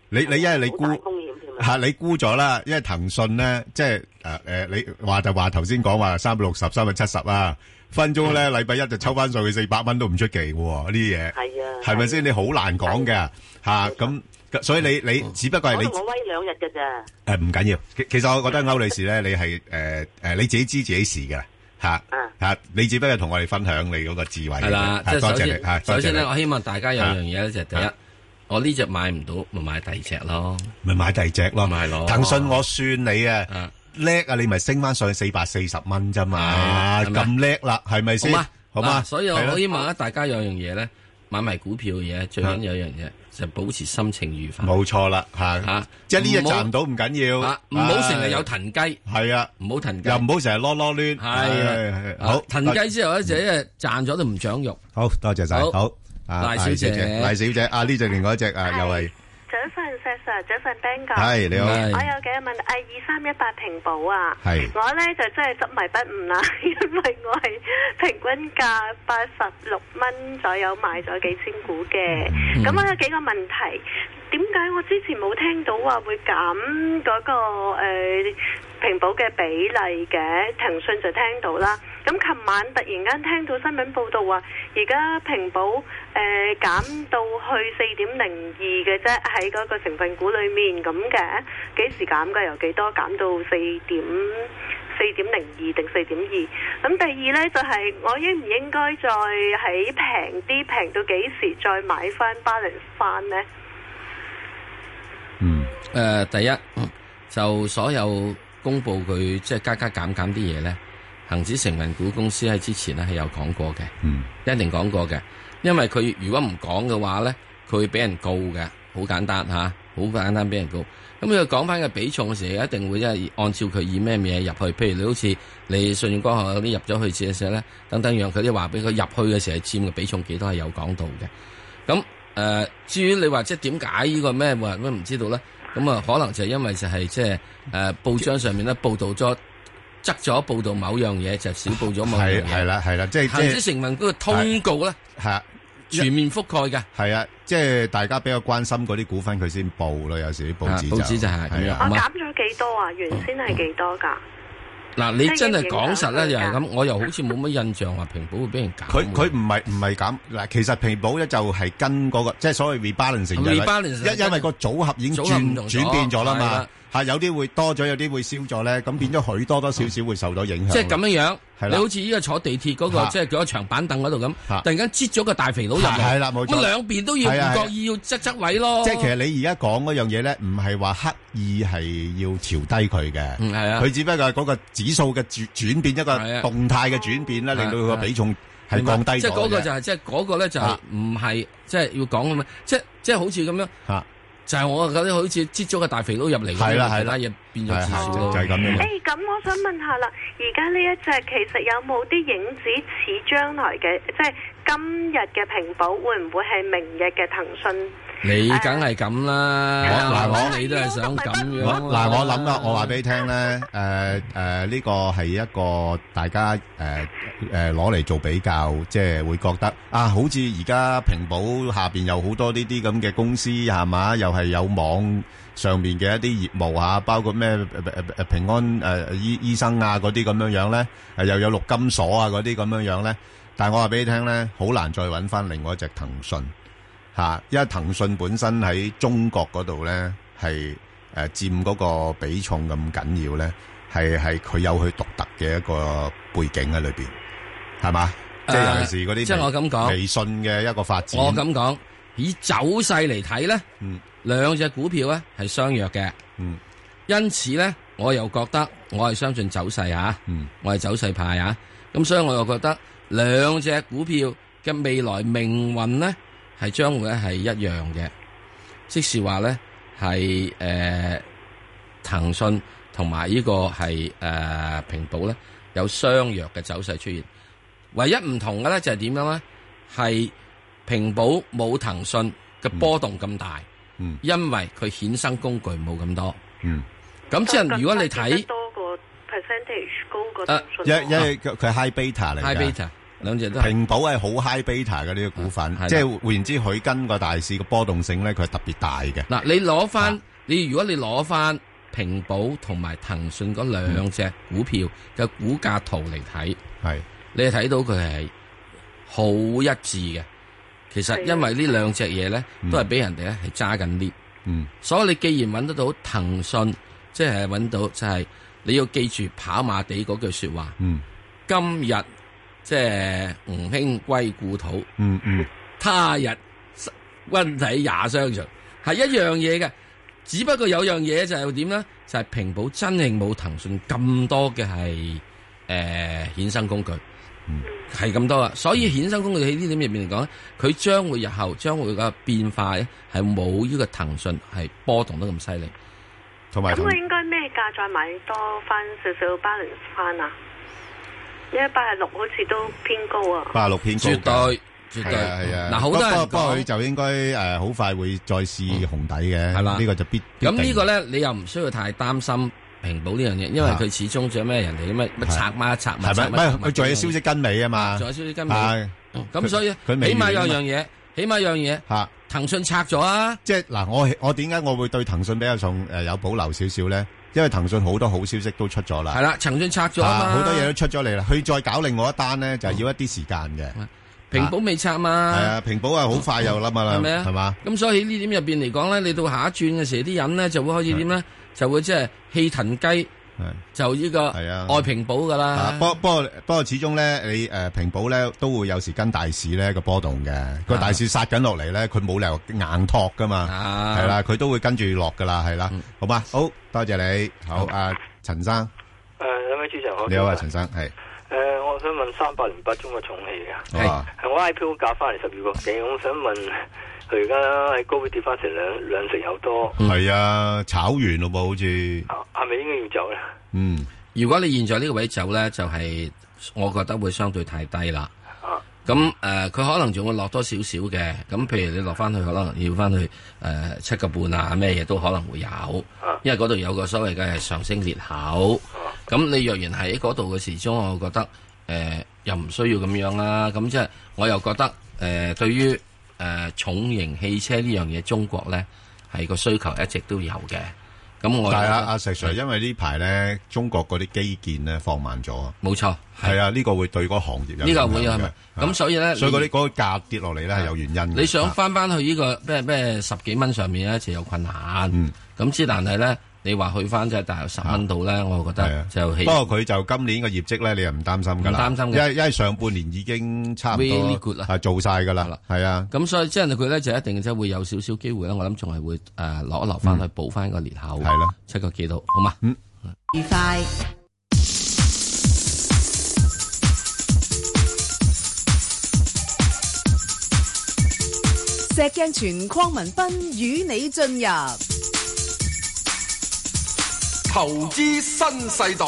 Speaker 3: 你你因為你
Speaker 5: 好
Speaker 3: 估
Speaker 5: 大風險 添啊！
Speaker 3: 嚇你估咗啦，因為騰訊咧即係誒誒，你話就話頭先講話三百六十、三百七十啊，分鐘咧禮拜一就抽翻上去四百蚊都唔出奇嘅喎，呢啲嘢
Speaker 5: 係啊，
Speaker 3: 係咪先？你
Speaker 5: 係啊
Speaker 3: 好難講嘅嚇咁。所以你你只不過係
Speaker 5: 我
Speaker 3: 你
Speaker 5: 同我威兩日㗎咋？
Speaker 3: 誒唔緊要，其其實我覺得歐女士咧，你係誒誒你自己知自己事嘅嚇
Speaker 5: 嗯
Speaker 3: 嚇，你只不過同我哋分享你嗰個智慧嘅
Speaker 4: 係啦，
Speaker 3: 嚇
Speaker 4: 即係
Speaker 3: 多
Speaker 4: 首
Speaker 3: 謝你嚇
Speaker 4: 先，，
Speaker 3: 多
Speaker 4: 首
Speaker 3: 謝
Speaker 4: 先咧，
Speaker 3: 你
Speaker 4: 我希望大家有
Speaker 3: 啊
Speaker 4: 樣嘢咧，就係第一
Speaker 3: 啊，
Speaker 4: 我呢只買唔到，咪買第二隻咯。
Speaker 3: 咪買第二隻咯，
Speaker 4: 咪係咯
Speaker 3: 騰訊我算你啊
Speaker 4: 啊。
Speaker 3: 叻啊！你咪升翻上去四百四十蚊啫嘛，
Speaker 4: 係咪
Speaker 3: 咁叻啦，係咪
Speaker 4: 好
Speaker 3: 先
Speaker 4: 嘛？？啊
Speaker 3: 好嘛？
Speaker 4: 嗱所以
Speaker 3: 係咯
Speaker 4: 我希望咧，大家有樣嘢咧，買埋股票嘅嘢，最緊要有樣嘢，就保持心情愉快。
Speaker 3: 啊冇錯啦，吓
Speaker 4: 嚇
Speaker 3: 即係呢日
Speaker 4: 唔好
Speaker 3: 賺唔到唔緊要，
Speaker 4: 啊，唔好成日有騰雞，
Speaker 3: 唉，係啊，
Speaker 4: 唔好騰雞
Speaker 3: 又。唔好成日啰啰攣，
Speaker 4: 係啊
Speaker 3: 係好
Speaker 4: 騰雞之後咧，就一日賺咗都唔長肉。
Speaker 3: 好多謝晒，
Speaker 4: 好
Speaker 3: 好，啊
Speaker 4: 賴小姐
Speaker 3: 賴小姐，啊呢只另外一隻啊
Speaker 6: 係
Speaker 3: 又係，
Speaker 6: 早晨石 Sir，早晨 Ben 哥。
Speaker 3: 係你好，
Speaker 4: 係
Speaker 6: 我有幾個問題，誒二三一八平保啊，
Speaker 3: 係
Speaker 6: 我呢就真係執迷不悟啦， 因為我係平均價八十六蚊左右買咗幾千股嘅，咁、啊我有幾個問題，點解我之前冇聽到話會減嗰、個、呃、平保嘅比例嘅？騰訊就聽到啦，咁琴晚突然間聽到新聞報道話，而家平保誒、呃、減到去四點零二嘅啫，喺嗰個成分股裡面咁嘅，幾時減㗎？由幾多減到四點四點零二定四點二？咁第二呢，就係、我應唔應該再喺平啲平到幾時再買翻 balance 翻呢？
Speaker 3: 嗯
Speaker 4: 誒，第一嗯就所有公佈佢即係加加減減啲嘢咧，恒指成分股公司喺之前咧係有講過嘅。
Speaker 3: 嗯
Speaker 4: 一定講過嘅，因為佢如果唔講嘅話咧，佢會俾人告嘅，好簡單吓，好、簡單俾人告。咁佢講翻個比重嘅時候，一定會即係按照佢以咩嘢入去。譬如你好似你信譽光學嗰啲入咗去嘅時候咧，等等樣佢啲話俾佢入去嘅時候佔嘅比重幾多係有講到嘅。咁誒、呃至於你話即係點解呢個咩話乜唔知道咧？咁啊，可能就係因為就係即係誒報章上面咧報導咗，側咗報導某樣嘢，就少報咗某樣
Speaker 3: 係
Speaker 4: 嘢。
Speaker 3: 係啦係啦，即係
Speaker 4: 行
Speaker 3: 即
Speaker 4: 之
Speaker 3: 係
Speaker 4: 成分嗰個通告咧，
Speaker 3: 吓。
Speaker 4: 全面覆蓋嘅。
Speaker 3: 系啊，即系大家比較關心嗰啲股份，佢先報咯。有時啲報紙
Speaker 4: 啊報紙就係咁樣
Speaker 3: 係啊
Speaker 6: 我
Speaker 4: 好嘛
Speaker 6: 減咗幾多啊？原先係幾多㗎？
Speaker 4: 嗱，你真係
Speaker 6: 即係
Speaker 4: 講實咧，又
Speaker 6: 影
Speaker 4: 係
Speaker 6: 響
Speaker 4: 咁，我又好似冇乜印象話平保會俾人搞
Speaker 3: 佢
Speaker 4: 喎。
Speaker 3: 佢唔係唔係咁嗱，其實平保咧就係跟嗰個即係所謂 rebalancing 嘅
Speaker 4: Rebalance
Speaker 3: 因因為個組合已經
Speaker 4: 組合唔同
Speaker 3: 轉
Speaker 4: 咗
Speaker 3: 轉變咗啦
Speaker 4: 係
Speaker 3: 嘛
Speaker 4: 啦，
Speaker 3: 嚇有啲會多咗，有啲會少咗咧，咁變咗佢多多少少會受到影響。
Speaker 4: 即係咁樣
Speaker 3: 係
Speaker 4: 樣，
Speaker 3: 啦
Speaker 4: 你好似依家坐地鐵嗰個，
Speaker 3: 嚇
Speaker 4: 即係佢個長板凳嗰度咁，
Speaker 3: 嚇
Speaker 4: 突然間擠咗個大肥佬入嚟，
Speaker 3: 係係啦冇錯
Speaker 4: 咁兩邊都要
Speaker 3: 係啊
Speaker 4: 唔
Speaker 3: 係啊
Speaker 4: 覺意要側側位咯。
Speaker 3: 即係其實你而家講嗰樣嘢咧，唔係話刻意係要調低佢嘅，
Speaker 4: 嗯係啊
Speaker 3: 佢只不過係嗰個指數嘅轉轉變一
Speaker 4: 係
Speaker 3: 個
Speaker 4: 啊
Speaker 3: 動態嘅轉變咧，
Speaker 4: 係啊
Speaker 3: 令到佢個
Speaker 4: 係啊
Speaker 3: 比重係降低咗
Speaker 4: 即係嗰個
Speaker 3: 嘅
Speaker 4: 就係即係嗰個咧就係
Speaker 3: 嚇
Speaker 4: 唔係即係要講咁樣，即係即係好似咁樣，
Speaker 3: 嚇
Speaker 4: 就係我覺得好似擠咗個大肥佬入嚟咁樣，
Speaker 3: 係啦係啦
Speaker 4: 其他嘢變
Speaker 3: 係
Speaker 4: 咗
Speaker 3: 係
Speaker 4: 少
Speaker 3: 就係咁樣嘅
Speaker 6: 誒、咁我想問下啦，而家呢一隻其實有冇啲影子似將來嘅，即係今日嘅平保會唔會係明日嘅騰訊？
Speaker 4: 你梗係咁啦，
Speaker 3: 啊我嗱
Speaker 4: 我
Speaker 3: 我
Speaker 4: 你都係想咁樣
Speaker 3: 我
Speaker 4: 啦。
Speaker 3: 嗱，我諗啊，我話俾你聽咧，誒誒，呢個係一個大家誒誒攞嚟做比較，即係會覺得啊，好似而家平保下邊有好多呢啲咁嘅公司係嘛，又係有網上面嘅一啲業務啊，包括咩誒誒誒平安誒醫醫生啊嗰啲咁樣樣咧，誒又有陸金所啊嗰啲咁樣樣咧，但係我話俾你聽咧，好難再揾翻另外一隻騰訊。吓，因為騰訊本身喺中國嗰度咧，係誒佔嗰個比重咁緊要咧，係係佢有佢獨特嘅一個背景喺裏邊，係嘛？即係尤其是嗰啲
Speaker 4: 呃即係我咁講
Speaker 3: 微信嘅一個發展，
Speaker 4: 我咁講，以走勢嚟睇咧，
Speaker 3: 嗯
Speaker 4: 兩隻股票咧係相若嘅，
Speaker 3: 嗯
Speaker 4: 因此咧我又覺得我係相信走勢啊，
Speaker 3: 嗯
Speaker 4: 我係走勢派啊，咁所以我又覺得兩隻股票嘅未來命運咧係將會係一樣嘅，即是話咧係誒騰訊同埋呢個係誒、呃平保咧有相若嘅走勢出現，唯一唔同嘅咧就係點樣咧係。平保冇騰訊嘅波動咁大，
Speaker 3: 嗯
Speaker 4: 因為佢衍生工具冇咁多。
Speaker 3: 嗯，
Speaker 4: 咁即係如果你睇
Speaker 6: 多個 percentage 高過
Speaker 4: 騰
Speaker 6: 騰
Speaker 4: 訊
Speaker 6: 訊，
Speaker 3: 因因為佢佢係 high beta 嚟
Speaker 4: high
Speaker 3: 嘅。
Speaker 4: beta 兩隻都係
Speaker 3: 平保係好 high beta 嘅呢個股份
Speaker 4: 係，啦
Speaker 3: 即係換言之，佢跟個大市嘅波動性咧，佢係特別大嘅。
Speaker 4: 嗱，你攞
Speaker 6: 啊
Speaker 4: 翻你如果你攞翻平保同埋騰訊嗰兩隻股票嘅股價圖嚟睇，
Speaker 3: 係
Speaker 4: 你係睇到佢係好一致嘅。其實
Speaker 6: 係啊
Speaker 4: 因為呢兩隻嘢咧，都係俾人哋咧係揸緊 lift。
Speaker 3: 嗯
Speaker 4: 所以你既然揾得到騰訊，即係揾到就係、你要記住跑馬地嗰句説話。
Speaker 3: 嗯
Speaker 4: 今日即係吾兄歸故土，
Speaker 3: 嗯嗯，
Speaker 4: 他日君體也相隨，係一樣嘢嘅。只不過有樣嘢就係點咧，就係、呃平保真係冇騰訊咁多嘅係誒衍生工具，嗯係咁多啦。啊所以衍生工具喺呢點入面嚟講，佢將會日後將會個變化咧，係冇呢個騰訊係波動得咁犀利。
Speaker 7: 同埋
Speaker 6: 咁
Speaker 7: 同
Speaker 6: 我應該咩價再買多翻少少 balance 翻啊？因為八十六好似都偏高啊。
Speaker 7: 八六偏高㗎
Speaker 4: 絕對絕對。
Speaker 7: 係啊係啊。
Speaker 4: 嗱，好多人
Speaker 3: 嗯不過不過佢
Speaker 4: 講
Speaker 3: 就應該誒好快會再試紅底嘅，
Speaker 4: 係啦
Speaker 3: 呢個就必必
Speaker 4: 咁呢
Speaker 3: 定
Speaker 4: 個咧，你又唔需要太擔心平保呢樣嘢，因為
Speaker 3: 啊
Speaker 4: 佢始終仲有咩人哋咩乜拆孖拆
Speaker 3: 係咪？
Speaker 4: 孖拆孖
Speaker 3: 咪
Speaker 4: 拆孖
Speaker 3: 佢仲有消息跟尾啊嘛，
Speaker 4: 仲有消息跟尾
Speaker 3: 係
Speaker 4: 哦咁所以
Speaker 3: 佢未
Speaker 4: 起碼有
Speaker 3: 完啊
Speaker 4: 樣嘢，起碼有樣嘢，
Speaker 3: 嚇。
Speaker 4: 騰訊拆咗啊！
Speaker 3: 即係嗱，我我點解我會對騰訊比較上誒有保留少少咧？因為騰訊好多好消息都出咗啦
Speaker 4: 系，啦，騰訊拆咗啊
Speaker 3: 啊
Speaker 4: 嘛，
Speaker 3: 好多嘢都出咗嚟啦。佢再搞另外一單咧，就係要一啲時間嘅。
Speaker 4: 平保未拆
Speaker 3: 係
Speaker 4: 嘛，
Speaker 3: 啊，平保啊，好快又冧啦，
Speaker 4: 係咪啊？
Speaker 3: 係嘛？？
Speaker 4: 咁所以呢點入边嚟講咧，你到下一轉嘅時，啲人咧就會開始點咧，
Speaker 3: 啊
Speaker 4: 就會即係氣騰雞，
Speaker 3: 係
Speaker 4: 就呢個
Speaker 3: 係啊
Speaker 4: 愛平保噶
Speaker 3: 啊
Speaker 4: 啦，。
Speaker 3: 不不過不過，始終咧，你誒平保咧都會有時跟大市咧個波動嘅，個大市殺緊落嚟咧，佢冇理由硬托噶嘛，
Speaker 4: 啊嗯
Speaker 3: 係啦，佢都會跟住落噶啦，係啦，好嘛？好多謝你，好啊，陳生，
Speaker 8: 诶，两位主持人好，
Speaker 3: 你好啊，陳生，係，
Speaker 8: 诶、我想問三百零八中嘅重氣嘅，
Speaker 3: 好啊。
Speaker 8: 係我 IPO 價翻嚟十二個幾，我想問佢而家喺高位跌翻成兩兩成有多，
Speaker 4: 嗯
Speaker 3: 係啊，炒完咯噃，好似，
Speaker 8: 啊係咪應該要走咧？
Speaker 3: 嗯，
Speaker 4: 如果你現在呢個位走咧，就係、我覺得會相對太低啦。咁誒，呃佢、可能仲會落多少少嘅。咁譬如你落翻去，可能要翻去誒七個半啊，咩嘢都可能會有，因為嗰度有個所謂嘅係上升裂口。咁你若然係喺嗰度嘅時鐘，我覺得誒、呃又唔需要咁樣啦。咁即係我又覺得誒、呃，對於誒、呃重型汽車呢樣嘢，中國咧係個需求一直都有嘅。咁我
Speaker 3: 但係
Speaker 4: 覺
Speaker 3: 啊，
Speaker 4: 得嗯
Speaker 3: 阿石 Sir，因為呢排咧，中國嗰啲基建咧放慢咗，
Speaker 4: 冇錯，
Speaker 3: 係啊，呢個會對嗰個行業有
Speaker 4: 呢個
Speaker 3: 影響
Speaker 4: 會有係
Speaker 3: 嘅
Speaker 4: 咪？咁所以咧，
Speaker 3: 啊所以嗰啲
Speaker 4: 你
Speaker 3: 嗰個價跌落嚟咧係有原因嘅
Speaker 4: 你想
Speaker 3: 啊
Speaker 4: 翻翻去呢個咩咩十幾蚊上面咧，就有困難。
Speaker 3: 嗯
Speaker 4: 咁之但係咧，你話去翻即係大約十蚊度咧，我覺
Speaker 3: 係
Speaker 4: 得
Speaker 3: 啊
Speaker 4: 就起
Speaker 3: 不過佢就今年嘅業績咧，你又唔擔心㗎啦，
Speaker 4: 唔擔心嘅
Speaker 3: 因為因為上半年已經差唔多
Speaker 4: Really good 啦
Speaker 3: 係做晒㗎
Speaker 4: 係
Speaker 3: 啦
Speaker 4: 啦，
Speaker 3: 係啊，
Speaker 4: 咁所以即係佢咧就一定即係會有少少機會咧，我諗仲係會誒落一落翻去補翻個裂口，
Speaker 3: 嗯係咯，
Speaker 4: 七個幾度，好嘛？
Speaker 1: 愉快。石鏡泉邝文斌與你進入
Speaker 2: 投資新世代，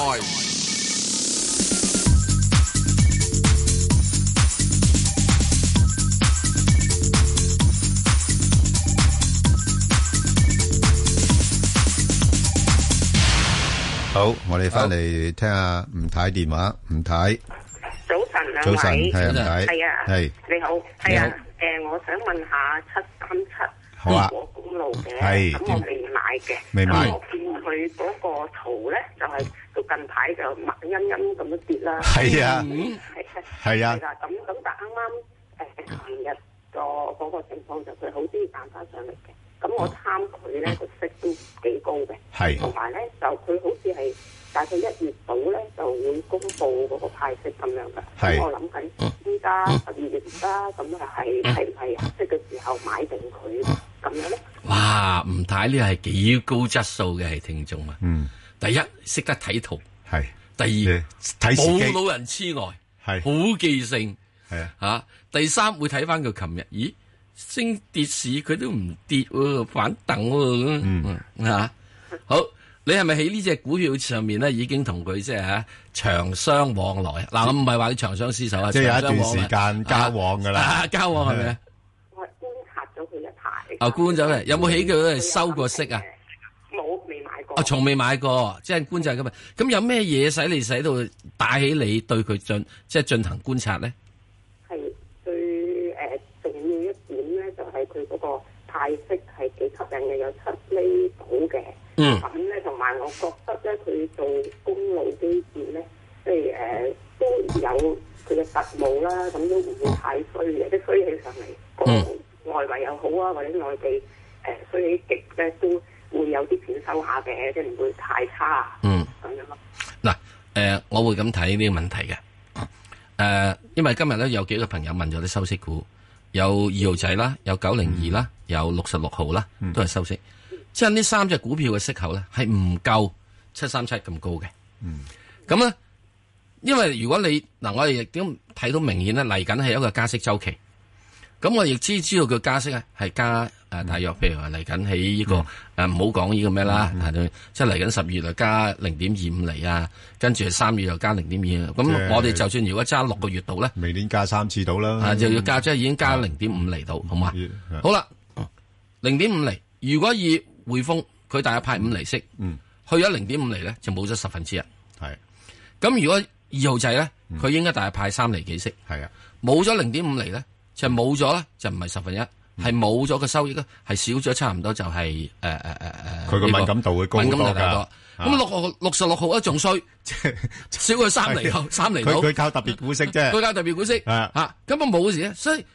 Speaker 3: 好，我哋翻嚟聽下吳太電話，吳太，
Speaker 5: 早晨兩
Speaker 3: 早晨，係
Speaker 5: 位，
Speaker 3: 啊，吳
Speaker 4: 早晨
Speaker 3: 太，
Speaker 5: 係啊
Speaker 3: 係，
Speaker 5: 你好，係啊，誒，我想問下七三七
Speaker 3: 好啊
Speaker 5: 果公路嘅，
Speaker 3: 係
Speaker 5: 咁我未買嘅，
Speaker 3: 未買
Speaker 5: 咁我見佢嗰個圖咧，就係都近排就默陰陰咁樣跌啦，嗯
Speaker 3: 係啊，
Speaker 5: 係
Speaker 3: 係啊
Speaker 5: 係。啦，咁咁但啱啱誒琴日個嗰個情況就佢好啲彈翻上嚟嘅，咁
Speaker 3: 哦
Speaker 5: 我貪佢咧個息都幾高嘅，
Speaker 3: 係
Speaker 5: 同埋咧就佢好似係大概一月度咧就會公布嗰個派息咁樣嘅，
Speaker 3: 係
Speaker 5: 咁我諗
Speaker 4: 嗯
Speaker 5: 緊依家十二月啦，咁啊係係唔係合適嘅時候買定佢
Speaker 4: 嗯
Speaker 5: 咁樣咧？
Speaker 4: 哇！吳太呢係幾高質素嘅係聽眾啊！
Speaker 3: 嗯，
Speaker 4: 第一識得睇圖，
Speaker 3: 係，
Speaker 4: 第二
Speaker 3: 睇時機
Speaker 4: 冇老人痴呆，
Speaker 3: 係
Speaker 4: 好記性。
Speaker 3: 係啊，
Speaker 4: 吓、第三會睇翻佢琴日，咦升跌市佢都唔跌喎，反等喎，
Speaker 3: 嗯
Speaker 4: 吓、啊好，你係咪喺呢只股票上面咧已經同佢即係吓長相往來？嗱、我唔係話你長相厮守啊，
Speaker 3: 即係有一
Speaker 4: 長相往來
Speaker 3: 段時間交往㗎啦
Speaker 4: 啊啊交往係咪啊？
Speaker 5: 我係觀察咗佢一排，
Speaker 4: 啊，觀咗佢有冇喺佢收過息啊？
Speaker 5: 冇，未買過。
Speaker 4: 啊，從未買過，即係觀察咁啊。咁有咩嘢使你使到帶起你對佢進即係進行觀察咧？
Speaker 5: 係最誒、呃重要一點咧，就係佢嗰個派息係幾吸引嘅，有七厘到嘅。
Speaker 4: 嗯
Speaker 5: 咁咧，同埋我覺得咧，佢做公路基建咧，即係誒、呃都有佢嘅實務啦，咁都唔會太衰嘅，即係衰起上嚟，
Speaker 3: 嗯
Speaker 5: 個外圍又好啊，或者內地誒、呃衰起極咧，都會有啲錢收下嘅，即係唔會太差
Speaker 4: 嗯。
Speaker 5: 咁樣咯。
Speaker 4: 嗱，誒、呃我會咁睇呢個問題嘅。誒、呃因為今日咧有幾個朋友問咗啲收息股，有二號仔啦，有九零二啦，有六十六號啦，
Speaker 3: 嗯
Speaker 4: 都係收息。即係呢三隻
Speaker 3: 嗯
Speaker 4: 股票嘅息口咧係唔夠七三七咁高嘅。咁咧、因為如果你嗱，我哋亦都睇到明顯咧，嚟緊係一個加息周期。咁我亦知知道佢加息咧係加
Speaker 3: 嗯
Speaker 4: 誒，大約譬如話嚟緊喺呢個誒，唔好講呢個咩啦，
Speaker 3: 嗯
Speaker 4: 係即係嚟緊十月就加零點二五厘啊，跟住三月又加零點二。
Speaker 3: 即係
Speaker 4: 咁我哋就算如果揸六個月度咧，
Speaker 3: 明年加三次到啦。
Speaker 4: 啊就要加，即係已經加零點五厘度，好嘛？
Speaker 3: 係
Speaker 4: 好啦，零點五厘，如果以匯豐佢大約派五厘息，
Speaker 3: 嗯
Speaker 4: 去咗零點五厘咧就冇咗十分之一。
Speaker 3: 係
Speaker 4: 咁如果二號仔咧，
Speaker 3: 嗯
Speaker 4: 佢應該大約派三厘幾息，
Speaker 3: 係啊，
Speaker 4: 冇咗零點五厘咧，就冇咗咧，就唔係十分一，
Speaker 3: 嗯
Speaker 4: 係冇咗個收益咧，係少咗差唔多就係誒誒誒誒，
Speaker 3: 佢個
Speaker 4: 呢個
Speaker 3: 敏感度會高好
Speaker 4: 敏
Speaker 3: 多㗎啊
Speaker 4: 感度大好多咁六號六十六號啊咧 仲衰，少佢三厘後三厘
Speaker 3: 佢
Speaker 4: 到，
Speaker 3: 啊佢靠特別股息 啫。
Speaker 4: 佢加特 別股息嚇，
Speaker 3: 啊
Speaker 4: 咁啊冇事咧，所以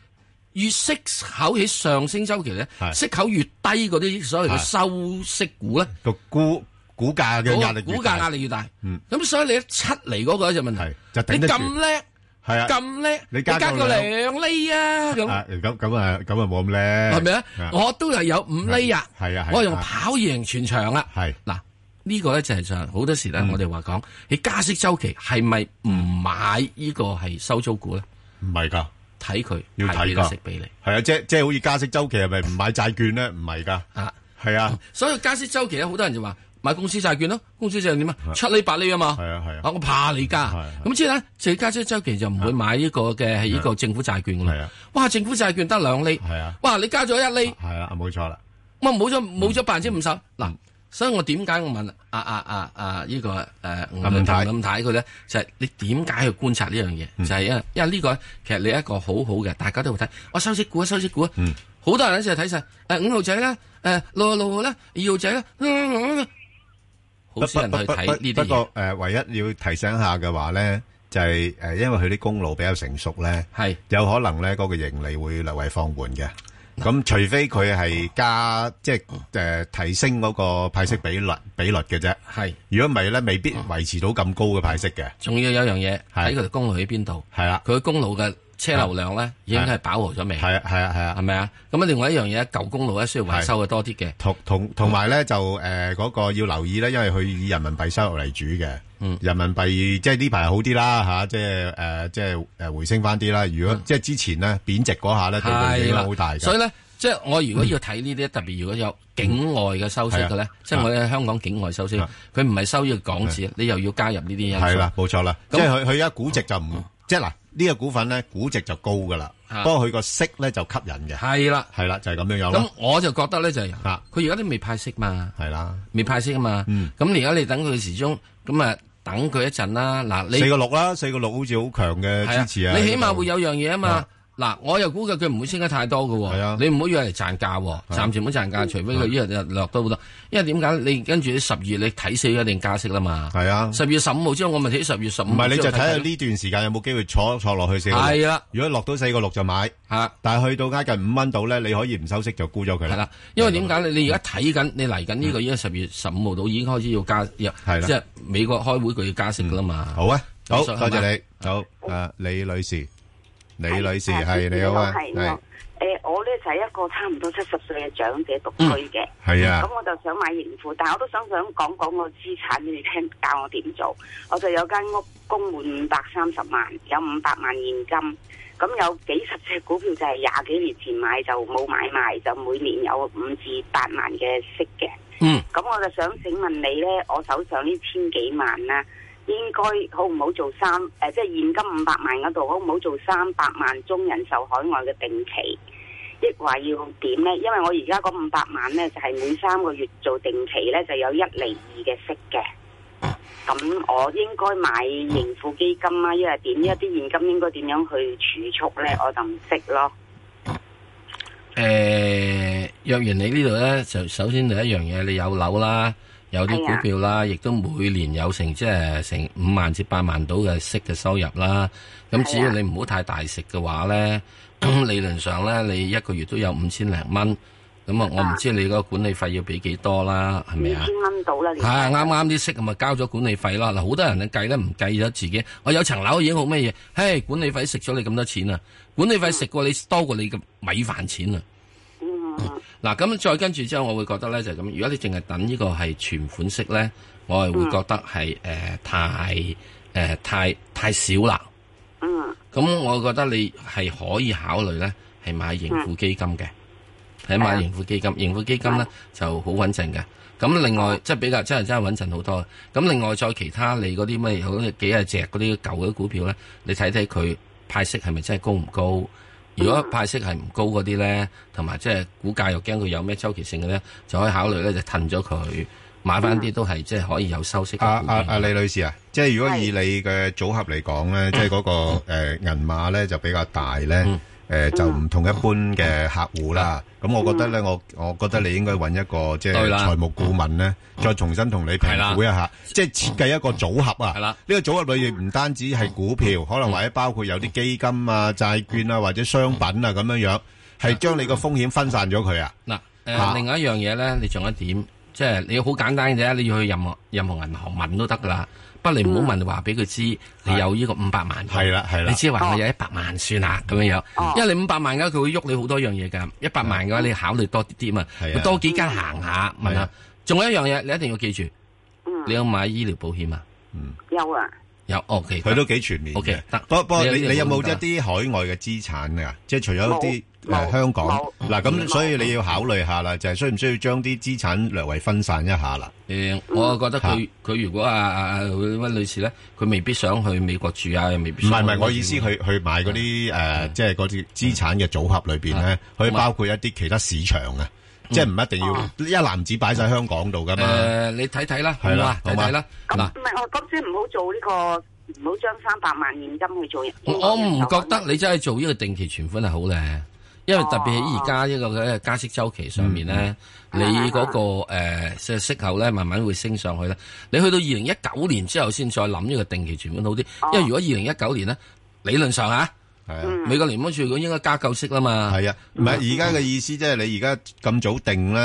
Speaker 4: 越息口喺上升周期咧，
Speaker 3: 係
Speaker 4: 息口越低嗰啲所謂嘅收息股咧，
Speaker 3: 個估股價嘅壓
Speaker 4: 嗰個
Speaker 3: 力
Speaker 4: 股
Speaker 3: 越
Speaker 4: 價
Speaker 3: 大
Speaker 4: 壓，力越大
Speaker 3: 嗯。
Speaker 4: 咁所以你一七厘嗰個就問
Speaker 3: 係
Speaker 4: 題，
Speaker 3: 就頂
Speaker 4: 你
Speaker 3: 得住
Speaker 4: 咁叻
Speaker 3: 係啊，
Speaker 4: 咁叻，
Speaker 3: 你
Speaker 4: 你
Speaker 3: 加
Speaker 4: 加
Speaker 3: 夠
Speaker 4: 個兩厘啊咁。
Speaker 3: 啊咁咁啊咁啊冇咁叻，
Speaker 4: 係咪啊？
Speaker 3: 啊
Speaker 4: 我都係有五厘啊！
Speaker 3: 係啊係啊
Speaker 4: 我用跑贏全場啦。
Speaker 3: 係嗯
Speaker 4: 嗱，呢個咧就係上好多時咧，我哋話講喺加息周期係咪唔買呢個係收租股咧？
Speaker 3: 唔係㗎，
Speaker 4: 睇佢
Speaker 3: 要睇㗎
Speaker 4: 派幾多息俾你
Speaker 3: 係啊，即即係好似加息周期係咪唔買債券咧？唔係㗎，
Speaker 4: 啊！
Speaker 3: 係啊，
Speaker 4: 所以加息周期咧，好多人就話買公司債券咯，公司債券點啊？七厘八厘啊嘛。
Speaker 3: 係啊係啊
Speaker 4: 我怕你加
Speaker 3: 係啊。
Speaker 4: 咁之後咧，就加息周期就唔會買呢個嘅係呢個政府債券噶
Speaker 3: 係
Speaker 4: 啦
Speaker 3: 啊。
Speaker 4: 哇！政府債券得兩厘。
Speaker 3: 係啊
Speaker 4: 哇！你加咗一厘。
Speaker 3: 係啦，冇錯啦，
Speaker 4: 我冇咗冇
Speaker 3: 嗯
Speaker 4: 咗百分之五十嗱，所以我點解我問啊啊啊啊呢個誒
Speaker 3: 吳
Speaker 4: 林
Speaker 3: 太嗯
Speaker 4: 林太佢咧，就係你點解去觀察呢樣嘢？就係因為因為呢個其實你一個好好嘅，大家都會睇，我收息股啊，收息股啊，
Speaker 3: 嗯
Speaker 4: 好多人咧就係睇晒呃誒五號仔啦，誒六號六號啦，二號仔啦，嗯嗯嗯好少人去睇呢
Speaker 3: 不
Speaker 4: 啲嘢，
Speaker 3: 過誒，唯一要提醒下嘅話咧，就係誒，因為佢啲公路比較成熟咧，
Speaker 4: 係
Speaker 3: 有可能咧嗰個盈利會略為放緩嘅。咁除非佢係加即係誒提升嗰個派息比率比率嘅啫。
Speaker 4: 係，
Speaker 3: 如果唔係咧，未必維持到咁高嘅派息嘅。
Speaker 4: 仲要有一樣嘢
Speaker 3: 係
Speaker 4: 睇佢哋公路喺邊度，
Speaker 3: 係啦，
Speaker 4: 佢公路嘅車流量咧已經係飽和咗未？
Speaker 3: 係啊，係啊，係啊
Speaker 4: 係。咪啊？咁啊，另外一樣嘢，舊公路咧需要維修嘅多啲嘅。
Speaker 3: 同同同埋咧就誒嗰個要留意咧，因為佢以人民幣收入嚟主嘅，
Speaker 4: 嗯
Speaker 3: 人民幣即係呢排好啲啦嚇，即係誒即係呃誒回升翻啲啦。如果即係之前咧貶值嗰下咧，對佢
Speaker 4: 嗯係
Speaker 3: 影
Speaker 4: 啦
Speaker 3: 響好大嘅。
Speaker 4: 所以咧，即係我如果要睇呢啲，特別如果有境外嘅收息嘅
Speaker 3: 係
Speaker 4: 咧
Speaker 3: 啊，
Speaker 4: 即係我喺香港境外收息，
Speaker 3: 係啊
Speaker 4: 佢唔係收呢個港紙，你又要加入呢啲因素。
Speaker 3: 係啦，冇錯啦，即
Speaker 4: 咁嗯
Speaker 3: 係佢佢而家估值就唔即係嗱呢個股份咧估值就高噶啦，
Speaker 4: 啊
Speaker 3: 不過佢個息咧就吸引嘅，
Speaker 4: 係啦，
Speaker 3: 係啦就係咁樣樣
Speaker 4: 咁
Speaker 3: 咯，
Speaker 4: 我就覺得咧就係
Speaker 3: 啊
Speaker 4: 佢而家都未派息嘛，
Speaker 3: 係啦，
Speaker 4: 未派息啊嘛。
Speaker 3: 嗯
Speaker 4: 咁而家你等佢時鐘，咁啊等佢一陣啦。嗱，你
Speaker 3: 四個六啦，四個六好似好強嘅
Speaker 4: 係
Speaker 3: 支持啊，
Speaker 4: 你起碼會有樣嘢啊嘛
Speaker 3: 啊。
Speaker 4: 嗱，我又估計佢唔會升得太多嘅
Speaker 3: 係啊嗯
Speaker 4: 喎，你唔好以為嚟賺價喎，暫時唔好賺價，除非佢一日就落到好多。因為點解你跟住十月你睇死佢一定加息啦嘛。
Speaker 3: 係啊。
Speaker 4: 十月十五號之後，我咪嗯睇十月十五。
Speaker 3: 唔係你就睇下呢段時間有冇機會坐坐落去四個六。
Speaker 4: 係啦，
Speaker 3: 如果落到四個六就買，
Speaker 4: 嚇
Speaker 3: 但係去到挨近五蚊度咧，你可以唔收息就沽咗佢
Speaker 4: 係
Speaker 3: 啦嗯
Speaker 4: 啦。，因為點解咧？你而家睇緊，你嚟緊呢個依家十月十五號到已經開始要加，又
Speaker 3: 係啦
Speaker 4: 即係美國開會佢要加息噶啦嘛。
Speaker 3: 好啊，好
Speaker 4: 咁所
Speaker 3: 多
Speaker 4: 以係
Speaker 3: 謝
Speaker 4: 咪
Speaker 3: 你，好誒，李女士，李女士
Speaker 5: 啊
Speaker 3: 係你好啊，係
Speaker 5: 係我誒，我咧就係一個差唔多七十歲嘅長者獨居嘅，
Speaker 3: 係啊
Speaker 5: 咁，我就想買盈富，但係我都想想講講我資產俾你聽，教我點做。我就有間屋供滿五百三十萬，有五百萬現金，咁有幾十隻股票就係廿幾年前買就冇買賣，就每年有五至八萬嘅息嘅。
Speaker 4: 嗯，
Speaker 5: 咁我就想請問你咧，我手上呢千幾萬啦，應該好唔好做三誒、即係現金五百萬嗰度，好唔好做三百萬中人壽海外嘅定期？抑或要點咧？因為我而家嗰五百萬咧，就係、每三個月做定期咧，就有一厘二嘅息嘅。咁我應該買盈富基金啦，因為點一啲現金應該點樣去儲蓄咧，我就唔識咯。
Speaker 4: 誒，若然你呢度咧，就首先第一樣嘢，你有樓啦，有啲
Speaker 5: 係啊
Speaker 4: 股票啦，亦都每年有成即係成五萬至八萬到嘅息嘅收入啦。咁只要你唔好太大食嘅話咧， 理論上咧，你一個月都有五千零蚊。咁啊，我唔知你個管理費要俾幾多啦，係
Speaker 5: 五
Speaker 4: 咪啊？
Speaker 5: 千蚊到啦，年
Speaker 4: 係啊啱啱啲息咁咪交咗管理費啦。嗱，好多人咧計咧唔計咗自己，我有層樓已經好乜嘢？嘿，管理費食咗你咁多錢啊！管理費食過你多過你嘅米飯錢啊！
Speaker 5: 嗯，
Speaker 4: 嗱，咁再跟住之後，我會覺得咧就係咁。如果你淨係等呢個係存款息咧，我係會覺得係誒、呃太誒、呃太太少啦。
Speaker 9: 嗯
Speaker 4: 咁我覺得你係可以考慮咧，係買盈富基金嘅，
Speaker 3: 嗯
Speaker 4: 係
Speaker 3: 啊
Speaker 4: 買盈富基金。盈富基金咧就好穩陣嘅。咁另
Speaker 3: 哦
Speaker 4: 外即係比較真係真係穩陣好多。咁另外再其他你嗰啲咩好似幾廿隻嗰啲舊嘅股票咧，你睇睇佢派息係咪真係高唔高？如
Speaker 3: 嗯
Speaker 4: 果派息係唔高嗰啲咧，同埋即係股價又驚佢有咩周期性嘅咧，就可以考慮咧就褪咗佢，買翻啲都係即係可以有收息
Speaker 3: 阿
Speaker 4: 嘅股
Speaker 3: 阿阿
Speaker 4: 票。
Speaker 3: 李女士嗯啊，即係如果
Speaker 9: 係
Speaker 3: 以你嘅組合嚟講咧，即係嗰個誒銀碼咧就比較大咧
Speaker 4: 嗯，
Speaker 3: 誒就唔同一般嘅客戶啦。咁我覺得咧，我我覺得你應該揾一個即係
Speaker 4: 對啦嗯
Speaker 3: 財務顧問咧，再重新同你評估一下，即係設計一個組合啊。
Speaker 4: 係啦嗯
Speaker 3: 呢個組合裏面唔單止係股票，可能或者包括有啲基金啊、債券啊或者商品啊咁樣樣，係將你個風險分散咗佢啊。
Speaker 4: 嗱，誒、
Speaker 3: 嚇
Speaker 4: 另外一樣嘢咧，你仲有一點，即係你好簡單嘅啫，你要去任何任何銀行問都得噶啦。不過你唔好問話俾佢知你有呢個五百萬，
Speaker 3: 嗯係啦係啦哦
Speaker 4: 你只係話我有一百萬算啦咁樣
Speaker 9: 哦
Speaker 4: 樣，因為你五百萬嘅話佢會喐你好多樣嘢㗎，一百萬嘅話你考慮多啲啲嘛，
Speaker 3: 嗯係啊
Speaker 4: 會多幾間行下問
Speaker 3: 係
Speaker 4: 下
Speaker 3: 啊。
Speaker 4: 仲有一樣嘢你一定要記住，你
Speaker 9: 嗯，
Speaker 4: 有買醫療保險啊？
Speaker 9: 有啊，
Speaker 4: 有，OK，
Speaker 3: 佢都幾全面嘅
Speaker 4: OK，得
Speaker 3: 不不過
Speaker 4: 呢
Speaker 3: 你
Speaker 4: 呢個
Speaker 3: 你有冇
Speaker 4: 得
Speaker 3: 一啲海外嘅資產啊？即係除咗啲
Speaker 9: 冇
Speaker 3: 誒
Speaker 9: 冇
Speaker 3: 香港
Speaker 9: 冇
Speaker 3: 嗱，咁
Speaker 9: 冇
Speaker 3: 所以你要考慮下啦，就係需唔需要將啲資產略為分散一下啦？
Speaker 4: 誒，我覺得佢佢如果啊啊啊温女士咧，佢未必想去美國住啊，又未必
Speaker 3: 唔係
Speaker 4: 想
Speaker 3: 唔係，
Speaker 4: 去
Speaker 3: 我意思佢佢買嗰啲誒，即係嗰啲資產嘅組合裏邊咧，可以包括一啲其他市場啊，即係唔一
Speaker 9: 哦
Speaker 3: 定要一籃子擺晒香港度噶嘛。
Speaker 4: 誒，呃你睇睇啦，好
Speaker 3: 啊係啦
Speaker 4: 嘛？睇睇啦，
Speaker 9: 咁
Speaker 4: 嗱。
Speaker 9: 唔係我咁即係唔好做呢個，唔好將三百萬現金去做人。
Speaker 4: 我我唔覺得你真係做呢個定期存款係好咧，因為特別喺而家呢個嘅加息周期上面咧，
Speaker 9: 嗯
Speaker 4: 你嗰、個誒息、息口咧慢慢會升上去咧。你去到二零一九年之後先再諗呢個定期存款好啲，因為如果二零一九年咧理論上啊，
Speaker 3: 係啊。
Speaker 4: 美國聯邦儲備局應該加夠息啦
Speaker 9: 嗯
Speaker 4: 嘛。
Speaker 3: 係啊，唔係而家嘅意思，即係你而家咁早定咧，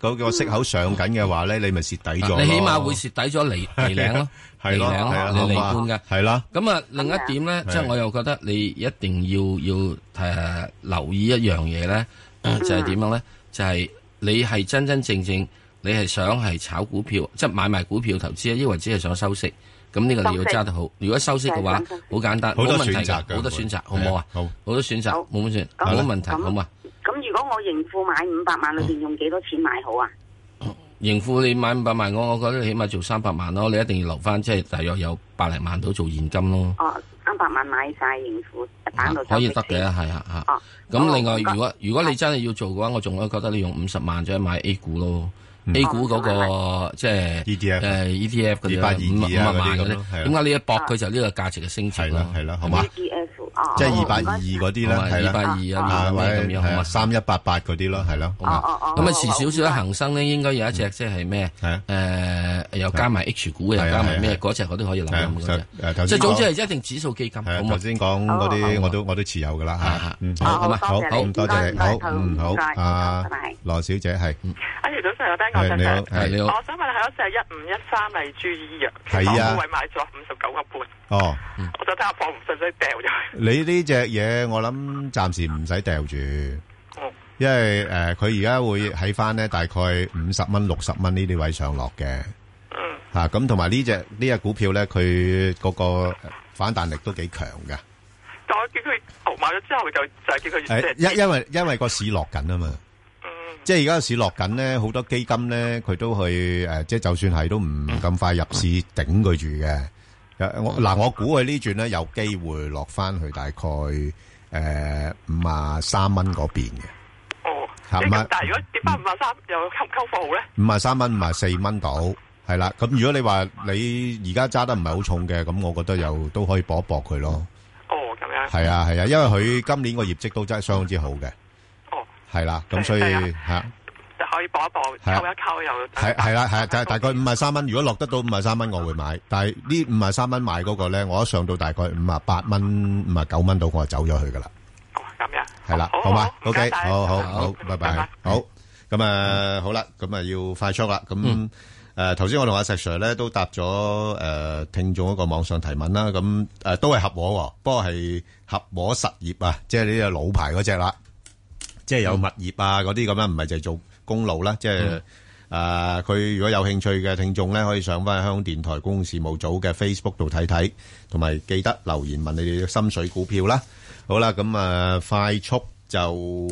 Speaker 3: 嗰個息口上緊嘅話咧，你咪蝕底咗咯。
Speaker 4: 你起碼會蝕底咗離離領咯，
Speaker 3: 係
Speaker 4: 離
Speaker 3: 咯，係
Speaker 4: 領
Speaker 3: 啊，
Speaker 4: 你離半嘅。
Speaker 3: 係啦。
Speaker 4: 咁啊，另一點咧，即係我又覺得你一定要要誒、呃留意一樣嘢咧，
Speaker 9: 嗯
Speaker 4: 就係點樣咧？就係、你係真真正正你係想係炒股票，即係買賣股票投資啊，抑或只係想收息？咁呢個你要揸得好。如果收息嘅話
Speaker 9: 就係想收息，
Speaker 4: 好簡單，
Speaker 3: 好多
Speaker 4: 冇問題
Speaker 3: 選擇㗎
Speaker 4: 好多選擇，好唔好啊？
Speaker 3: 係啊好
Speaker 4: 多選擇
Speaker 9: 好，
Speaker 4: 冇乜選，
Speaker 9: 好
Speaker 4: 冇問題，
Speaker 9: 咁啊
Speaker 4: 好啊嘛？
Speaker 9: 咁如果我盈富買五百萬，裏邊用幾多錢買好啊？
Speaker 4: 盈富你買五百萬，我我覺得你起碼做三百萬咯，你一定要留翻即係大約有百零萬到做現金咯。
Speaker 9: 哦，三百萬買晒盈富，等到
Speaker 4: 啊可以得嘅，係啊嚇。
Speaker 9: 哦
Speaker 4: 咁另
Speaker 9: 好
Speaker 4: 外，
Speaker 9: 唔該
Speaker 4: 如果如果你真係要做嘅話，我仲會覺得你用五十萬再買 A 股咯。
Speaker 9: 嗯
Speaker 4: A 股嗰
Speaker 9: 啊
Speaker 4: 個即係
Speaker 3: ETF
Speaker 4: 誒 ETF 嗰啲啦
Speaker 3: 282
Speaker 4: 五
Speaker 3: 啊
Speaker 4: 啊萬
Speaker 3: 嗰啲
Speaker 4: 嗰
Speaker 3: 咁咯係啊
Speaker 4: 啲，點解你一搏佢就呢個價值嘅升值
Speaker 3: 係啦
Speaker 4: 咯？
Speaker 3: 係啦好嘛
Speaker 9: E F 哦，
Speaker 3: 即係
Speaker 9: 好
Speaker 3: 282
Speaker 9: 唔該
Speaker 3: 嗰啲啦
Speaker 4: 同埋
Speaker 3: 係啦
Speaker 4: 282啊
Speaker 3: 啊，
Speaker 4: 282
Speaker 3: 或者
Speaker 4: 咁樣
Speaker 3: 係
Speaker 4: 好
Speaker 3: 啊
Speaker 4: 嘛
Speaker 3: 3188嗰啲咯，係咯。
Speaker 4: 好嘛
Speaker 9: 哦哦哦
Speaker 4: 咁啊，
Speaker 9: 好
Speaker 4: 遲少少咧，恒生咧應該有一隻即係咩？
Speaker 3: 嗯係啊
Speaker 4: 誒又加埋 H 股嘅，
Speaker 3: 係啊
Speaker 4: 又加埋
Speaker 3: 係
Speaker 4: 咩
Speaker 3: 啊
Speaker 4: 嗰只我都可以諗
Speaker 3: 係啊
Speaker 4: 諗嗰
Speaker 3: 就誒頭
Speaker 4: 只。即
Speaker 3: 先
Speaker 4: 係總
Speaker 3: 講
Speaker 4: 之係一定指數基金，
Speaker 3: 係啊，
Speaker 4: 好嘛？
Speaker 3: 頭先講嗰啲
Speaker 9: 好啊，好啊。
Speaker 3: 我都-我都持有㗎啦，嚇。
Speaker 4: 啊，
Speaker 3: 嗯，
Speaker 9: 哦
Speaker 3: 好，
Speaker 9: 好
Speaker 4: 好嘛
Speaker 9: 多謝
Speaker 3: 好，
Speaker 9: 你
Speaker 3: 多謝
Speaker 9: 唔該
Speaker 3: 你，
Speaker 9: 唔
Speaker 3: 好，
Speaker 9: 該
Speaker 3: 嗯，好，
Speaker 9: 唔該
Speaker 3: 啊，
Speaker 9: 拜拜。
Speaker 3: 羅小姐，係，
Speaker 10: 阿姚早晨，有單
Speaker 3: 係，
Speaker 10: 我想
Speaker 3: 你好，哦
Speaker 10: 想，
Speaker 4: 係你好
Speaker 10: 我想問下嗰隻一五一三麗珠醫藥，
Speaker 3: 係啊
Speaker 10: 我高位買咗五十九個半，
Speaker 3: 哦
Speaker 10: 我想睇下放唔信，所以掉咗佢。
Speaker 3: 係。哦，你呢隻嘢我諗暫時唔使掉住，因為，誒，佢而家會喺返呢，大概
Speaker 10: 哦
Speaker 3: 50蚊、60蚊呢啲位上落嘅，嚇，咁同埋呢隻-
Speaker 10: 嗯，
Speaker 3: 呢隻股票呢，佢嗰個反彈力都幾強㗎。
Speaker 10: 但我見佢投買咗之後就就係見佢即係
Speaker 3: 誒，因-因為-因為個市落緊啊嘛。
Speaker 10: 嗯
Speaker 3: 即係而家個市落緊咧，好多基金咧佢都去誒、呃即係就算係都唔咁快入市頂佢住嘅。有我嗱，我估佢呢轉咧有機會落翻去大概誒五啊三蚊嗰邊嘅，
Speaker 10: 哦，
Speaker 3: 嚇咁啊
Speaker 10: 咁但係如果跌翻五啊三又溝唔溝貨好咧？
Speaker 3: 五啊三蚊、五啊四蚊到，係啦。咁如果你話你而家揸得唔係好重嘅，咁我覺得又都可以搏一搏佢咯。
Speaker 10: 哦，咁樣，
Speaker 3: 係啊係啊，因為佢今年個業績都真係相當之好嘅，
Speaker 10: 哦，
Speaker 3: 係啦。咁所以
Speaker 10: 係
Speaker 3: 嚇。
Speaker 10: 就可以搏一搏，
Speaker 3: 係啊
Speaker 10: 溝一溝又
Speaker 3: 係係啦，係啊大大概
Speaker 10: 五
Speaker 3: 五啊三蚊。如果落得到五啊三蚊，我會買。但係呢五啊三蚊買嗰個咧，我一上到大概五啊八蚊、五啊九蚊度，我就走咗去噶啦。
Speaker 10: 哦咁樣，
Speaker 3: 係啦，好
Speaker 10: 好
Speaker 3: 嘛
Speaker 10: 唔該
Speaker 3: ？OK，
Speaker 10: 晒
Speaker 3: 好好
Speaker 4: 好
Speaker 3: 好，拜拜
Speaker 10: 拜。
Speaker 3: 好咁啊，好啦，咁啊要快速啦。咁誒，頭先我同阿石 Sir 咧都答咗誒聽眾一個網上提問啦。咁誒都係合和喎，不過係合和實業啊，即係呢個老牌嗰只啦。即係有物業啊嗰啲咁啦，唔係就係做公路啦，即係誒佢如果有興趣嘅聽眾咧，可以上翻香港電台公共事務組嘅 Facebook 度睇睇，同埋記得留言問你哋嘅心水股票啦。好啦，咁啊快速就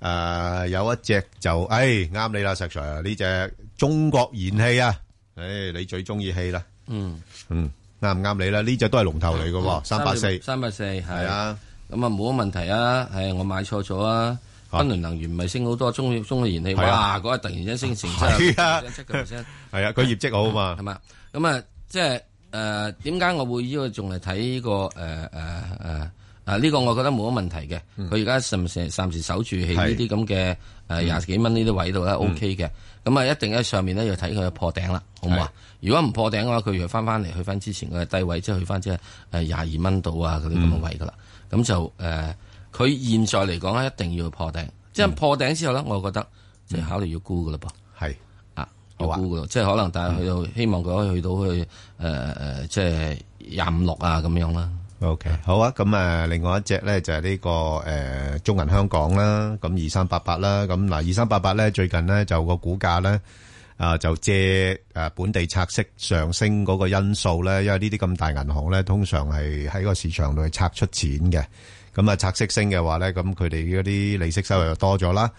Speaker 3: 誒有一隻就誒啱你啦，石 Sir 呢隻中國燃氣啊，誒你最中意氣啦，
Speaker 4: 嗯
Speaker 3: 嗯啱唔啱你啦？呢隻都係龍頭嚟嘅喎，三八四
Speaker 4: 三百四係
Speaker 3: 係啊，
Speaker 4: 咁啊冇乜問題啊，係我買錯咗啊。
Speaker 3: 啊
Speaker 4: 昆崙能源唔係升好多，中中嘅燃氣
Speaker 3: 係啊
Speaker 4: 哇嗰日突然之間升成七
Speaker 3: 係啊
Speaker 4: 七個 percent
Speaker 3: 係啊，佢業績好啊
Speaker 4: 係
Speaker 3: 嘛，
Speaker 4: 嘛？咁啊，即係誒點解我會呢個仲係睇呢個誒誒誒啊？呢個我覺得冇乜問題嘅。佢而家暫時暫時守住喺呢啲咁嘅誒廿幾蚊呢啲位度咧，OK 嘅。咁啊，一定喺上面咧要睇佢破頂啦，好唔好啊？如果唔破頂嘅話，佢又翻翻嚟去翻之前嘅低位，即係去翻即係誒廿二蚊度啊嗰啲咁嘅位噶啦。咁就誒，佢、現在嚟講咧一定要破頂，即係破頂之後咧，我覺得就考慮要沽噶啦噃。
Speaker 3: 係
Speaker 4: 啊，
Speaker 3: 好
Speaker 4: 有
Speaker 3: 啊嗯
Speaker 4: 估嘅，即係可能，但係去到希望佢可以去到去誒誒，即係廿五六啊咁樣啦。
Speaker 3: OK 好啊。咁啊，另外一隻咧就係呢個誒中銀香港啦，咁二三八八啦，咁嗱二三八八咧最近咧就個股價咧。啊，就借誒本地拆息上升嗰個因素咧，因為呢啲咁大銀行咧，通常係喺個市場度係拆出錢嘅。咁啊，拆息升嘅話咧，咁佢哋嗰啲利息收入就多咗啦。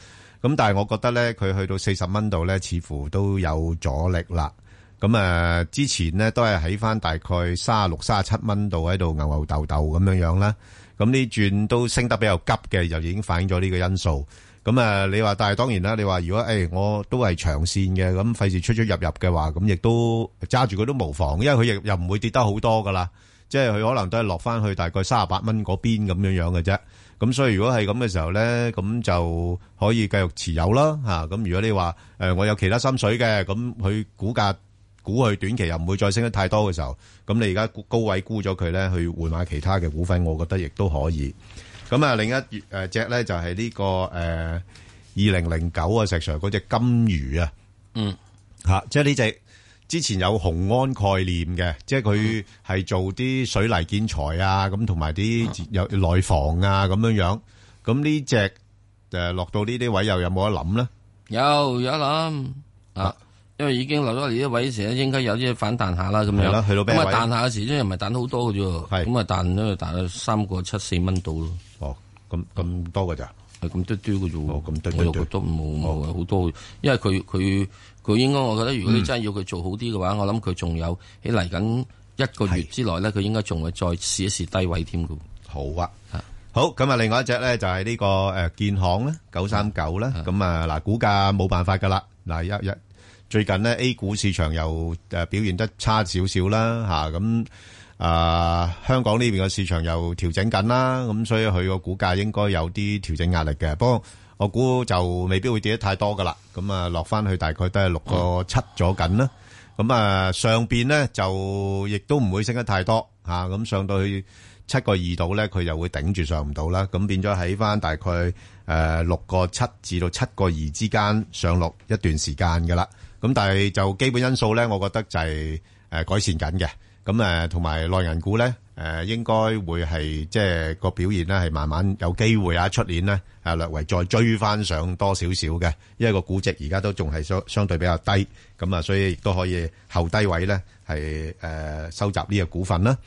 Speaker 3: 咁但係我覺得咧，佢去到四十蚊度咧，似乎都有阻力啦。咁啊，之前咧都係喺翻大概三十六、三十七蚊度喺度牛牛豆豆咁樣樣啦。咁呢轉都升得比較急嘅，就已經反映咗呢個因素。咁啊，你話但係當然啦，你話如果誒、我都係長線嘅，咁費事出出入入嘅話，咁亦都揸住佢都無妨，因為佢亦又唔會跌得好多噶啦，即係佢可能都係落翻去大概三十八蚊嗰邊咁樣樣嘅啫。咁所以如果係咁嘅時候咧，咁就可以繼續持有啦嚇。咁、如果你話誒、我有其他心水嘅，咁佢股價估佢短期又唔會再升得太多嘅時候，咁你而家高位沽咗佢咧，去換買其他嘅股份，我覺得亦都可以。咁啊，另一誒隻咧就係呢、個誒二零零九啊，石 Sir 嗰只金魚啊，
Speaker 4: 嗯，
Speaker 3: 嚇、即係呢只之前有雄安概念嘅，即係佢係做啲水泥建材啊，咁同埋啲有內房啊咁樣樣。咁呢只誒落到呢啲位又有冇得諗咧？
Speaker 4: 有有諗啊，因為已經落咗嚟呢位時咧，應該有啲反彈下啦咁
Speaker 3: 係
Speaker 4: 樣
Speaker 3: 啦。去到咩
Speaker 4: 咁啊
Speaker 3: 位
Speaker 4: 彈下嘅時，即係唔係彈好多嘅啫
Speaker 3: 係
Speaker 4: 喎。咁啊彈咗彈到三個七四蚊度咯。
Speaker 3: 哦，咁咁多㗎咋？
Speaker 4: 係咁嘟嘟嘅啫喎，
Speaker 3: 哦咁嘟嘟嘟
Speaker 4: 我又覺得冇冇好多，因為佢佢佢應該，我覺得如果
Speaker 3: 嗯
Speaker 4: 你真係要佢做好啲嘅話，我諗佢仲有喺嚟緊一個月之內咧，佢應該仲會再試一試低位添嘅喎。
Speaker 3: 好啊。好，咁啊，另外一隻咧就係呢個誒建行咧，九三九咧，咁啊嗱，股價冇辦法噶啦，嗱一一最近咧 A 股市場又誒表現得差少少啦嚇，咁啊香港呢邊嘅市場又調整緊啦，咁所以佢個股價應該有啲調整壓力嘅，不過我估就未必會跌得太多噶啦，咁啊落翻去大概都係六個七咗緊啦。咁啊，上邊咧就亦都唔會升得太多嚇，啊咁、上到去七個二度咧，佢就會頂住上唔到啦。咁變咗喺翻大概誒六個七至到七個二之間上落一段時間噶啦。咁但係就基本因素咧，我覺得就係、誒、改善緊嘅。咁誒同埋內銀股咧誒、應該會係即係個表現咧係慢慢有機會啊，出年咧啊略為再追翻上多少少嘅，因為個估值而家都仲係相相對比較低，咁啊，所以亦都可以後低位咧係誒收集呢個股份啦。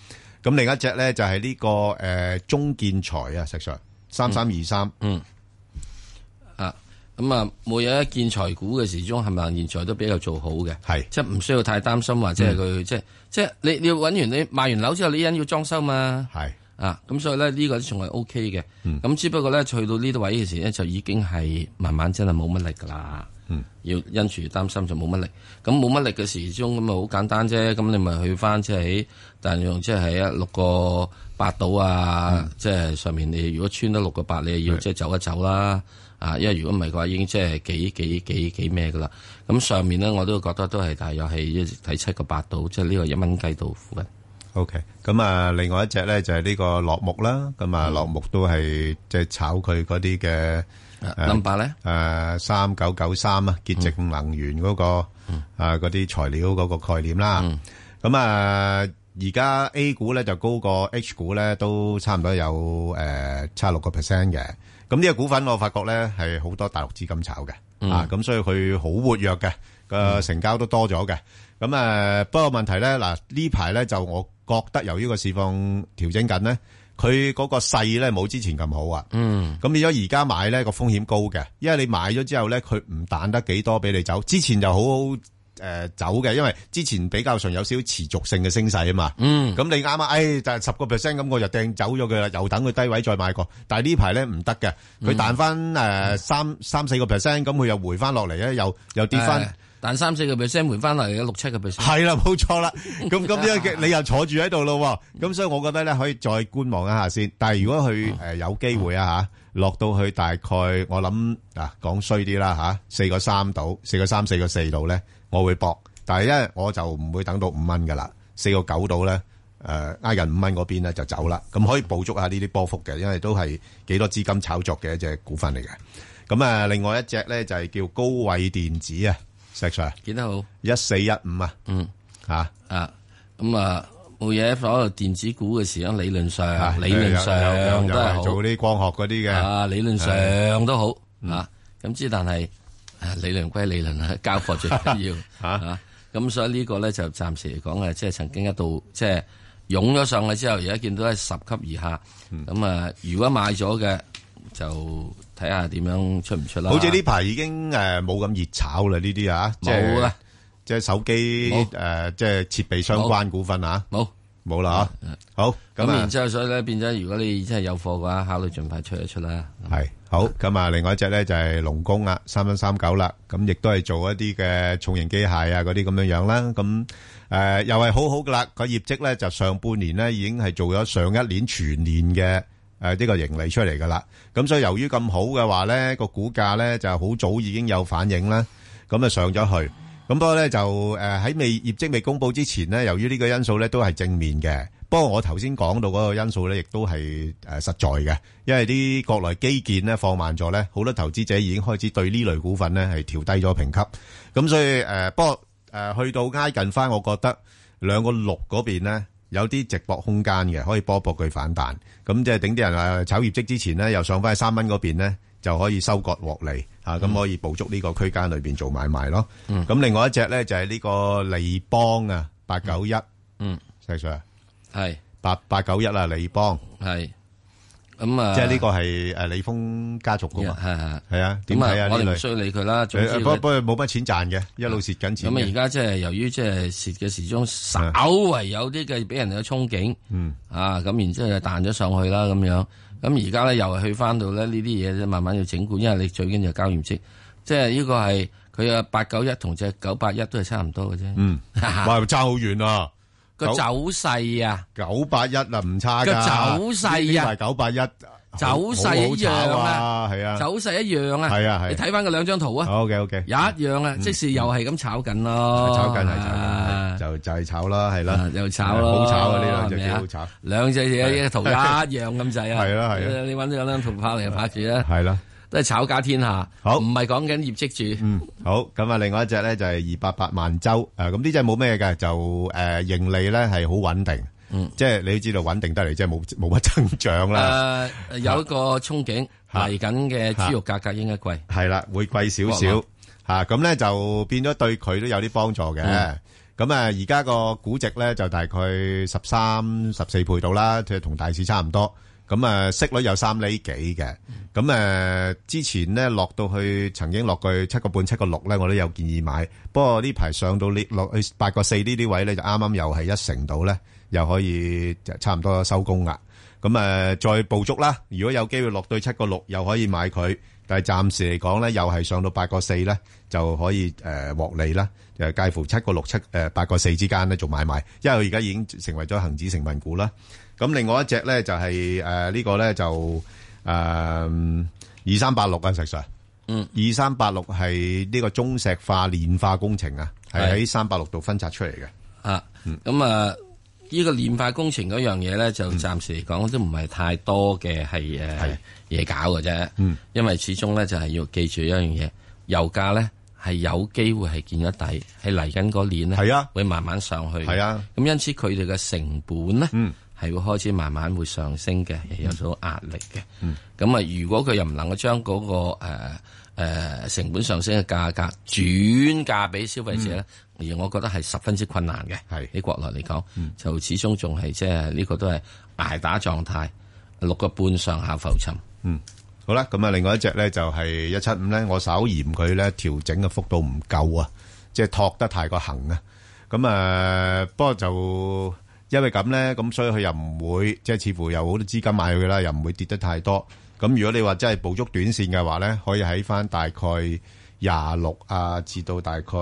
Speaker 3: 咁另一隻咧就係呢、個誒、中建材啊，石 Sir 三三二三，
Speaker 4: 啊，咁啊，每有一建材股嘅時鐘係咪啊現在都比較做好嘅？
Speaker 3: 係
Speaker 4: 即係唔需要太擔心，或者係佢即係即係你你要揾完你賣完樓之後，你人要裝修嘛
Speaker 3: 係
Speaker 4: 啊，咁所以咧呢個仲係 O K 嘅。咁、只不過咧去到呢啲位嘅時咧，就已經係慢慢真係冇乜力噶啦。要因住擔心就冇乜力，咁冇乜力嘅時鐘咁啊咪好簡單啫。咁你咪去翻即係喺，但用即係喺一六個八度啊，即係上面你如果穿得六個八，你要即係走一走啦。啊，因為如果唔係嘅話，已經即係幾幾幾幾咩噶啦。咁上面咧我都覺得都係大約係睇七個八度，即係呢個一蚊雞度附近。
Speaker 3: OK，咁啊，另外一隻咧就係呢個落木啦，咁啊落木都係即係炒佢嗰啲嘅。誒
Speaker 4: number 咧，
Speaker 3: 誒啊三九九三啊，潔淨能源嗰、個、啊嗰啲材料嗰個概念啦。咁啊、而家 A 股咧就高過 H 股咧，都差唔多有誒差六個 percent 嘅。咁呢個股份我發覺咧係好多大陸資金炒嘅，啊咁所以佢好活躍嘅。個成交都多咗嘅。咁啊，不過問題咧，嗱呢排咧就我覺得由於個市況調整緊咧，佢嗰個勢咧冇之前咁好啊。
Speaker 4: 嗯，
Speaker 3: 咁變咗而家買咧個風險高嘅，因為你買咗之後咧，佢唔彈得幾多俾你走。之前就好好誒走嘅，因為之前比較上有少少持續性嘅升勢啊嘛。
Speaker 4: 嗯，
Speaker 3: 咁你啱啊，誒就係十個 percent 咁，我就掟走咗佢啦，又等佢低位再買過。但係呢排咧唔得嘅，佢彈翻誒三三四個 percent，咁佢又回翻落嚟咧，又又跌翻。
Speaker 4: 誒但三四個 percent 回翻嚟嘅六七個 percent，
Speaker 3: 係啦，冇錯啦。咁咁樣嘅，你又坐住喺度咯喎。咁所以我覺得咧，可以再觀望一下先。但係如果佢誒有機會啊嚇，落到去大概我諗嗱講衰啲啦嚇，四個三度，四個三四個四度咧，我會搏。但係因為我就唔會等到五蚊噶啦，四個九度咧誒挨近五蚊嗰邊咧就走啦。咁可以捕捉下呢啲波幅嘅，因為都係幾多資金炒作嘅一隻股份嚟嘅。咁啊，另外一隻咧就係叫高偉電子啊，石 Sir
Speaker 4: 幾得好。
Speaker 3: 一四一五啊。
Speaker 4: 嗯
Speaker 3: 吓
Speaker 4: 啊，咁啊冇嘢，所有電子股嘅時候，理論上啊理論
Speaker 3: 啊有有
Speaker 4: 上
Speaker 3: 有
Speaker 4: 都
Speaker 3: 係
Speaker 4: 係
Speaker 3: 做啲光學嗰啲
Speaker 4: 好
Speaker 3: 嘅，
Speaker 4: 啊，理論上都好啊。咁之但係啊理論歸理論啊，交貨最緊要啊。咁所以呢個咧就暫時嚟講啊，即係曾經一度即係湧咗上去之後，而家見到係十級以下。咁啊，如果買咗嘅就睇下點樣出唔出啦。
Speaker 3: 好似呢排已經誒冇咁熱炒啦呢啲啊，即
Speaker 4: 冇
Speaker 3: 係
Speaker 4: 啦
Speaker 3: 即係手機
Speaker 4: 冇
Speaker 3: 誒即係設備相關股份啊，
Speaker 4: 冇。
Speaker 3: 冇啦
Speaker 4: 嗯
Speaker 3: 吓，好咁
Speaker 4: 咁
Speaker 3: 啊
Speaker 4: 然之後，所以咧變咗，如果你真係有貨嘅話，考慮盡快出一出啦。
Speaker 3: 係好咁啊，另外一隻咧就係龍工啊，三蚊三九啦，咁亦都係做一啲嘅重型機械啊嗰啲咁樣樣啦，咁誒又係好好噶啦，個業績咧就上半年咧已經係做咗上一年全年嘅。誒呢個盈利出嚟㗎啦，咁所以由於咁好嘅話咧，個股價咧就好早已經有反應啦，咁啊上咗去，咁不過咧就誒喺未業績未公佈之前咧，由於呢個因素咧都係正面嘅，不過我頭先講到嗰個因素咧，亦都係誒實在嘅，因為啲國內基建咧放慢咗咧，好多投資者已經開始對呢類股份咧係調低咗評級，咁所以誒不過誒去到挨近翻，我覺得兩個六嗰邊咧。有啲直播空間嘅，可以波搏佢反彈。咁即係頂啲人啊，炒業績之前咧，又上翻去三蚊嗰邊咧，就可以收割獲利嚇，咁、可以捕捉呢個區間裏邊做買賣咯。咁、另外一隻咧就係、呢個利邦啊，八九一，
Speaker 4: 嗯，
Speaker 3: 石 Sir
Speaker 4: 係
Speaker 3: 八八九一啊，利邦，
Speaker 4: 係咁啊，
Speaker 3: 即係呢個係誒利豐家族噶
Speaker 4: 係
Speaker 3: 嘛，
Speaker 4: 係
Speaker 3: 係啊，點
Speaker 4: 咁
Speaker 3: 睇啊
Speaker 4: 啊，我
Speaker 3: 呢
Speaker 4: 哋唔
Speaker 3: 類？
Speaker 4: 需要理佢啦。總之
Speaker 3: 誒不
Speaker 4: 佢
Speaker 3: 不過冇乜錢賺嘅，一路蝕緊錢
Speaker 4: 咁啊，而
Speaker 3: 嘅。
Speaker 4: 家即係由於即係蝕嘅時鐘稍為有啲嘅俾人哋嘅憧憬，
Speaker 3: 嗯
Speaker 4: 啊咁，然之後就彈咗上去啦咁樣。咁而家咧又係去翻到咧呢啲嘢咧，慢慢要整固，因為你最緊要交業績，即係呢個係佢嘅八九一同只九八一都係差唔多嘅啫。
Speaker 3: 嗯，哇，爭好遠啊！
Speaker 4: 個走勢啊！
Speaker 3: 九八一啦，唔差噶。
Speaker 4: 個走勢啊
Speaker 3: 九八一，
Speaker 4: 走勢一樣啊
Speaker 3: 好好炒啊，係啊，
Speaker 4: 走勢一樣啊，
Speaker 3: 係啊係啊
Speaker 4: 你睇翻嗰兩張圖啊，
Speaker 3: 好嘅，OK，
Speaker 4: 有一樣啊，即是又係咁炒緊咯，
Speaker 3: 炒緊係炒緊，係
Speaker 4: 啊
Speaker 3: 就就係炒啦，係
Speaker 4: 啊
Speaker 3: 啦，
Speaker 4: 又炒咯，
Speaker 3: 好炒啊！呢兩隻
Speaker 4: 係咪
Speaker 3: 幾
Speaker 4: 啊
Speaker 3: 好炒，
Speaker 4: 兩隻嘢
Speaker 3: 係
Speaker 4: 嘅圖一樣咁滯啊，
Speaker 3: 係啦係啦
Speaker 4: 你你揾咗兩圖拍嚟拍住啦，
Speaker 3: 係啦，
Speaker 4: 都係炒家天下，
Speaker 3: 好
Speaker 4: 唔係講緊業績住，
Speaker 3: 嗯，好，咁啊，另外一隻咧就係二八八萬洲，誒，咁呢隻冇咩嘅，就誒盈利咧係好穩定，
Speaker 4: 嗯
Speaker 3: 即係你都知道穩定得嚟，即係冇冇乜增長啦，
Speaker 4: 誒有一個憧憬
Speaker 3: 嚇
Speaker 4: 嚟緊嘅豬肉價格應該貴，啊
Speaker 3: 係啦，會貴少少
Speaker 4: 國
Speaker 3: 吓，咁咧就變咗對佢都有啲幫助嘅。
Speaker 4: 嗯
Speaker 3: 咁啊，而家個估值咧就大概十三、十四倍到啦，即係同大市差唔多。咁啊，息率有三厘幾嘅。
Speaker 4: 嗯
Speaker 3: 咁誒，之前咧落到去曾經落去七個半、七個六咧，我都有建議買。不過呢排上到呢落去八個四呢啲位咧，就啱啱又係一成到咧，又可以就差唔多收工啦。咁誒、再捕捉啦。如果有機會落到七個六，又可以買佢。但係暫時嚟講咧，又係上到八個四咧，就可以誒、呃獲利啦。就介乎七個六、七誒八個四之間咧做買賣，因為佢而家已經成為咗恒指成分股啦。咁另外一隻咧就係誒呢個咧就誒二三八六啊，石 Sir。
Speaker 4: 嗯，
Speaker 3: 二三八六係呢個中石化煉化工程啊，係喺三八六度分拆出嚟嘅。
Speaker 4: 啊，咁啊，呢個煉化工程嗰樣嘢咧，就暫時嚟講都唔係太多嘅係誒
Speaker 3: 嗯係
Speaker 4: 嘢搞嘅啫。
Speaker 3: 嗯，
Speaker 4: 因為始終咧就係要記住一樣嘢，油價咧係有機會係見咗底，係嚟緊嗰年咧
Speaker 3: 係啊
Speaker 4: 會慢慢上去。
Speaker 3: 係啊，
Speaker 4: 咁因此佢哋嘅成本咧，
Speaker 3: 嗯
Speaker 4: 係會開始慢慢會上升嘅，有所壓力嘅。
Speaker 3: 嗯
Speaker 4: 咁啊、如果佢又唔能夠將嗰、個誒、呃呃成本上升嘅價格轉嫁俾消費者咧，而我覺得係十分之困難嘅。
Speaker 3: 嗯係嗯
Speaker 4: 喺國內嚟講，就始終仲係即係呢個都係捱打狀態，六個半上下浮沉。
Speaker 3: 嗯，好啦，咁啊，另外一隻咧就係一七五咧，我稍嫌佢咧調整嘅幅度唔夠啊，即係托得太過行啊。咁啊，不過就因為咁咧，咁所以佢又唔會即係似乎有好多資金買佢啦，又唔會跌得太多。咁如果你話真係捕捉短線嘅話咧，可以喺翻大概廿六啊，至到大概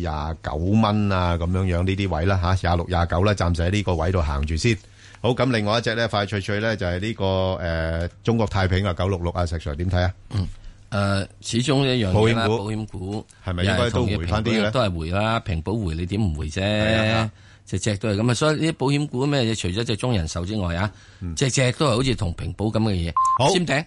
Speaker 3: 廿九蚊啊咁樣樣呢啲位啦吓，廿六廿九啦，暫時喺呢個位度行住先。好，咁另外一隻咧快脆脆咧就係呢個誒中國太平啊九六六啊，石 Sir 點睇啊？
Speaker 4: 誒、呃始終一樣嘢啦，
Speaker 3: 保險股
Speaker 4: 保險股
Speaker 3: 係咪應該都回返啲嘅咧
Speaker 4: 又係同嘅平保都係回啦，平保回你點唔回
Speaker 3: 係
Speaker 4: 啫
Speaker 3: 啊？
Speaker 4: 隻隻都係咁啊！所以呢啲保險股咩嘢，除咗隻中人壽之外啊，隻隻都係好似同平保咁嘅嘢。
Speaker 3: 嗯好
Speaker 4: 尖頂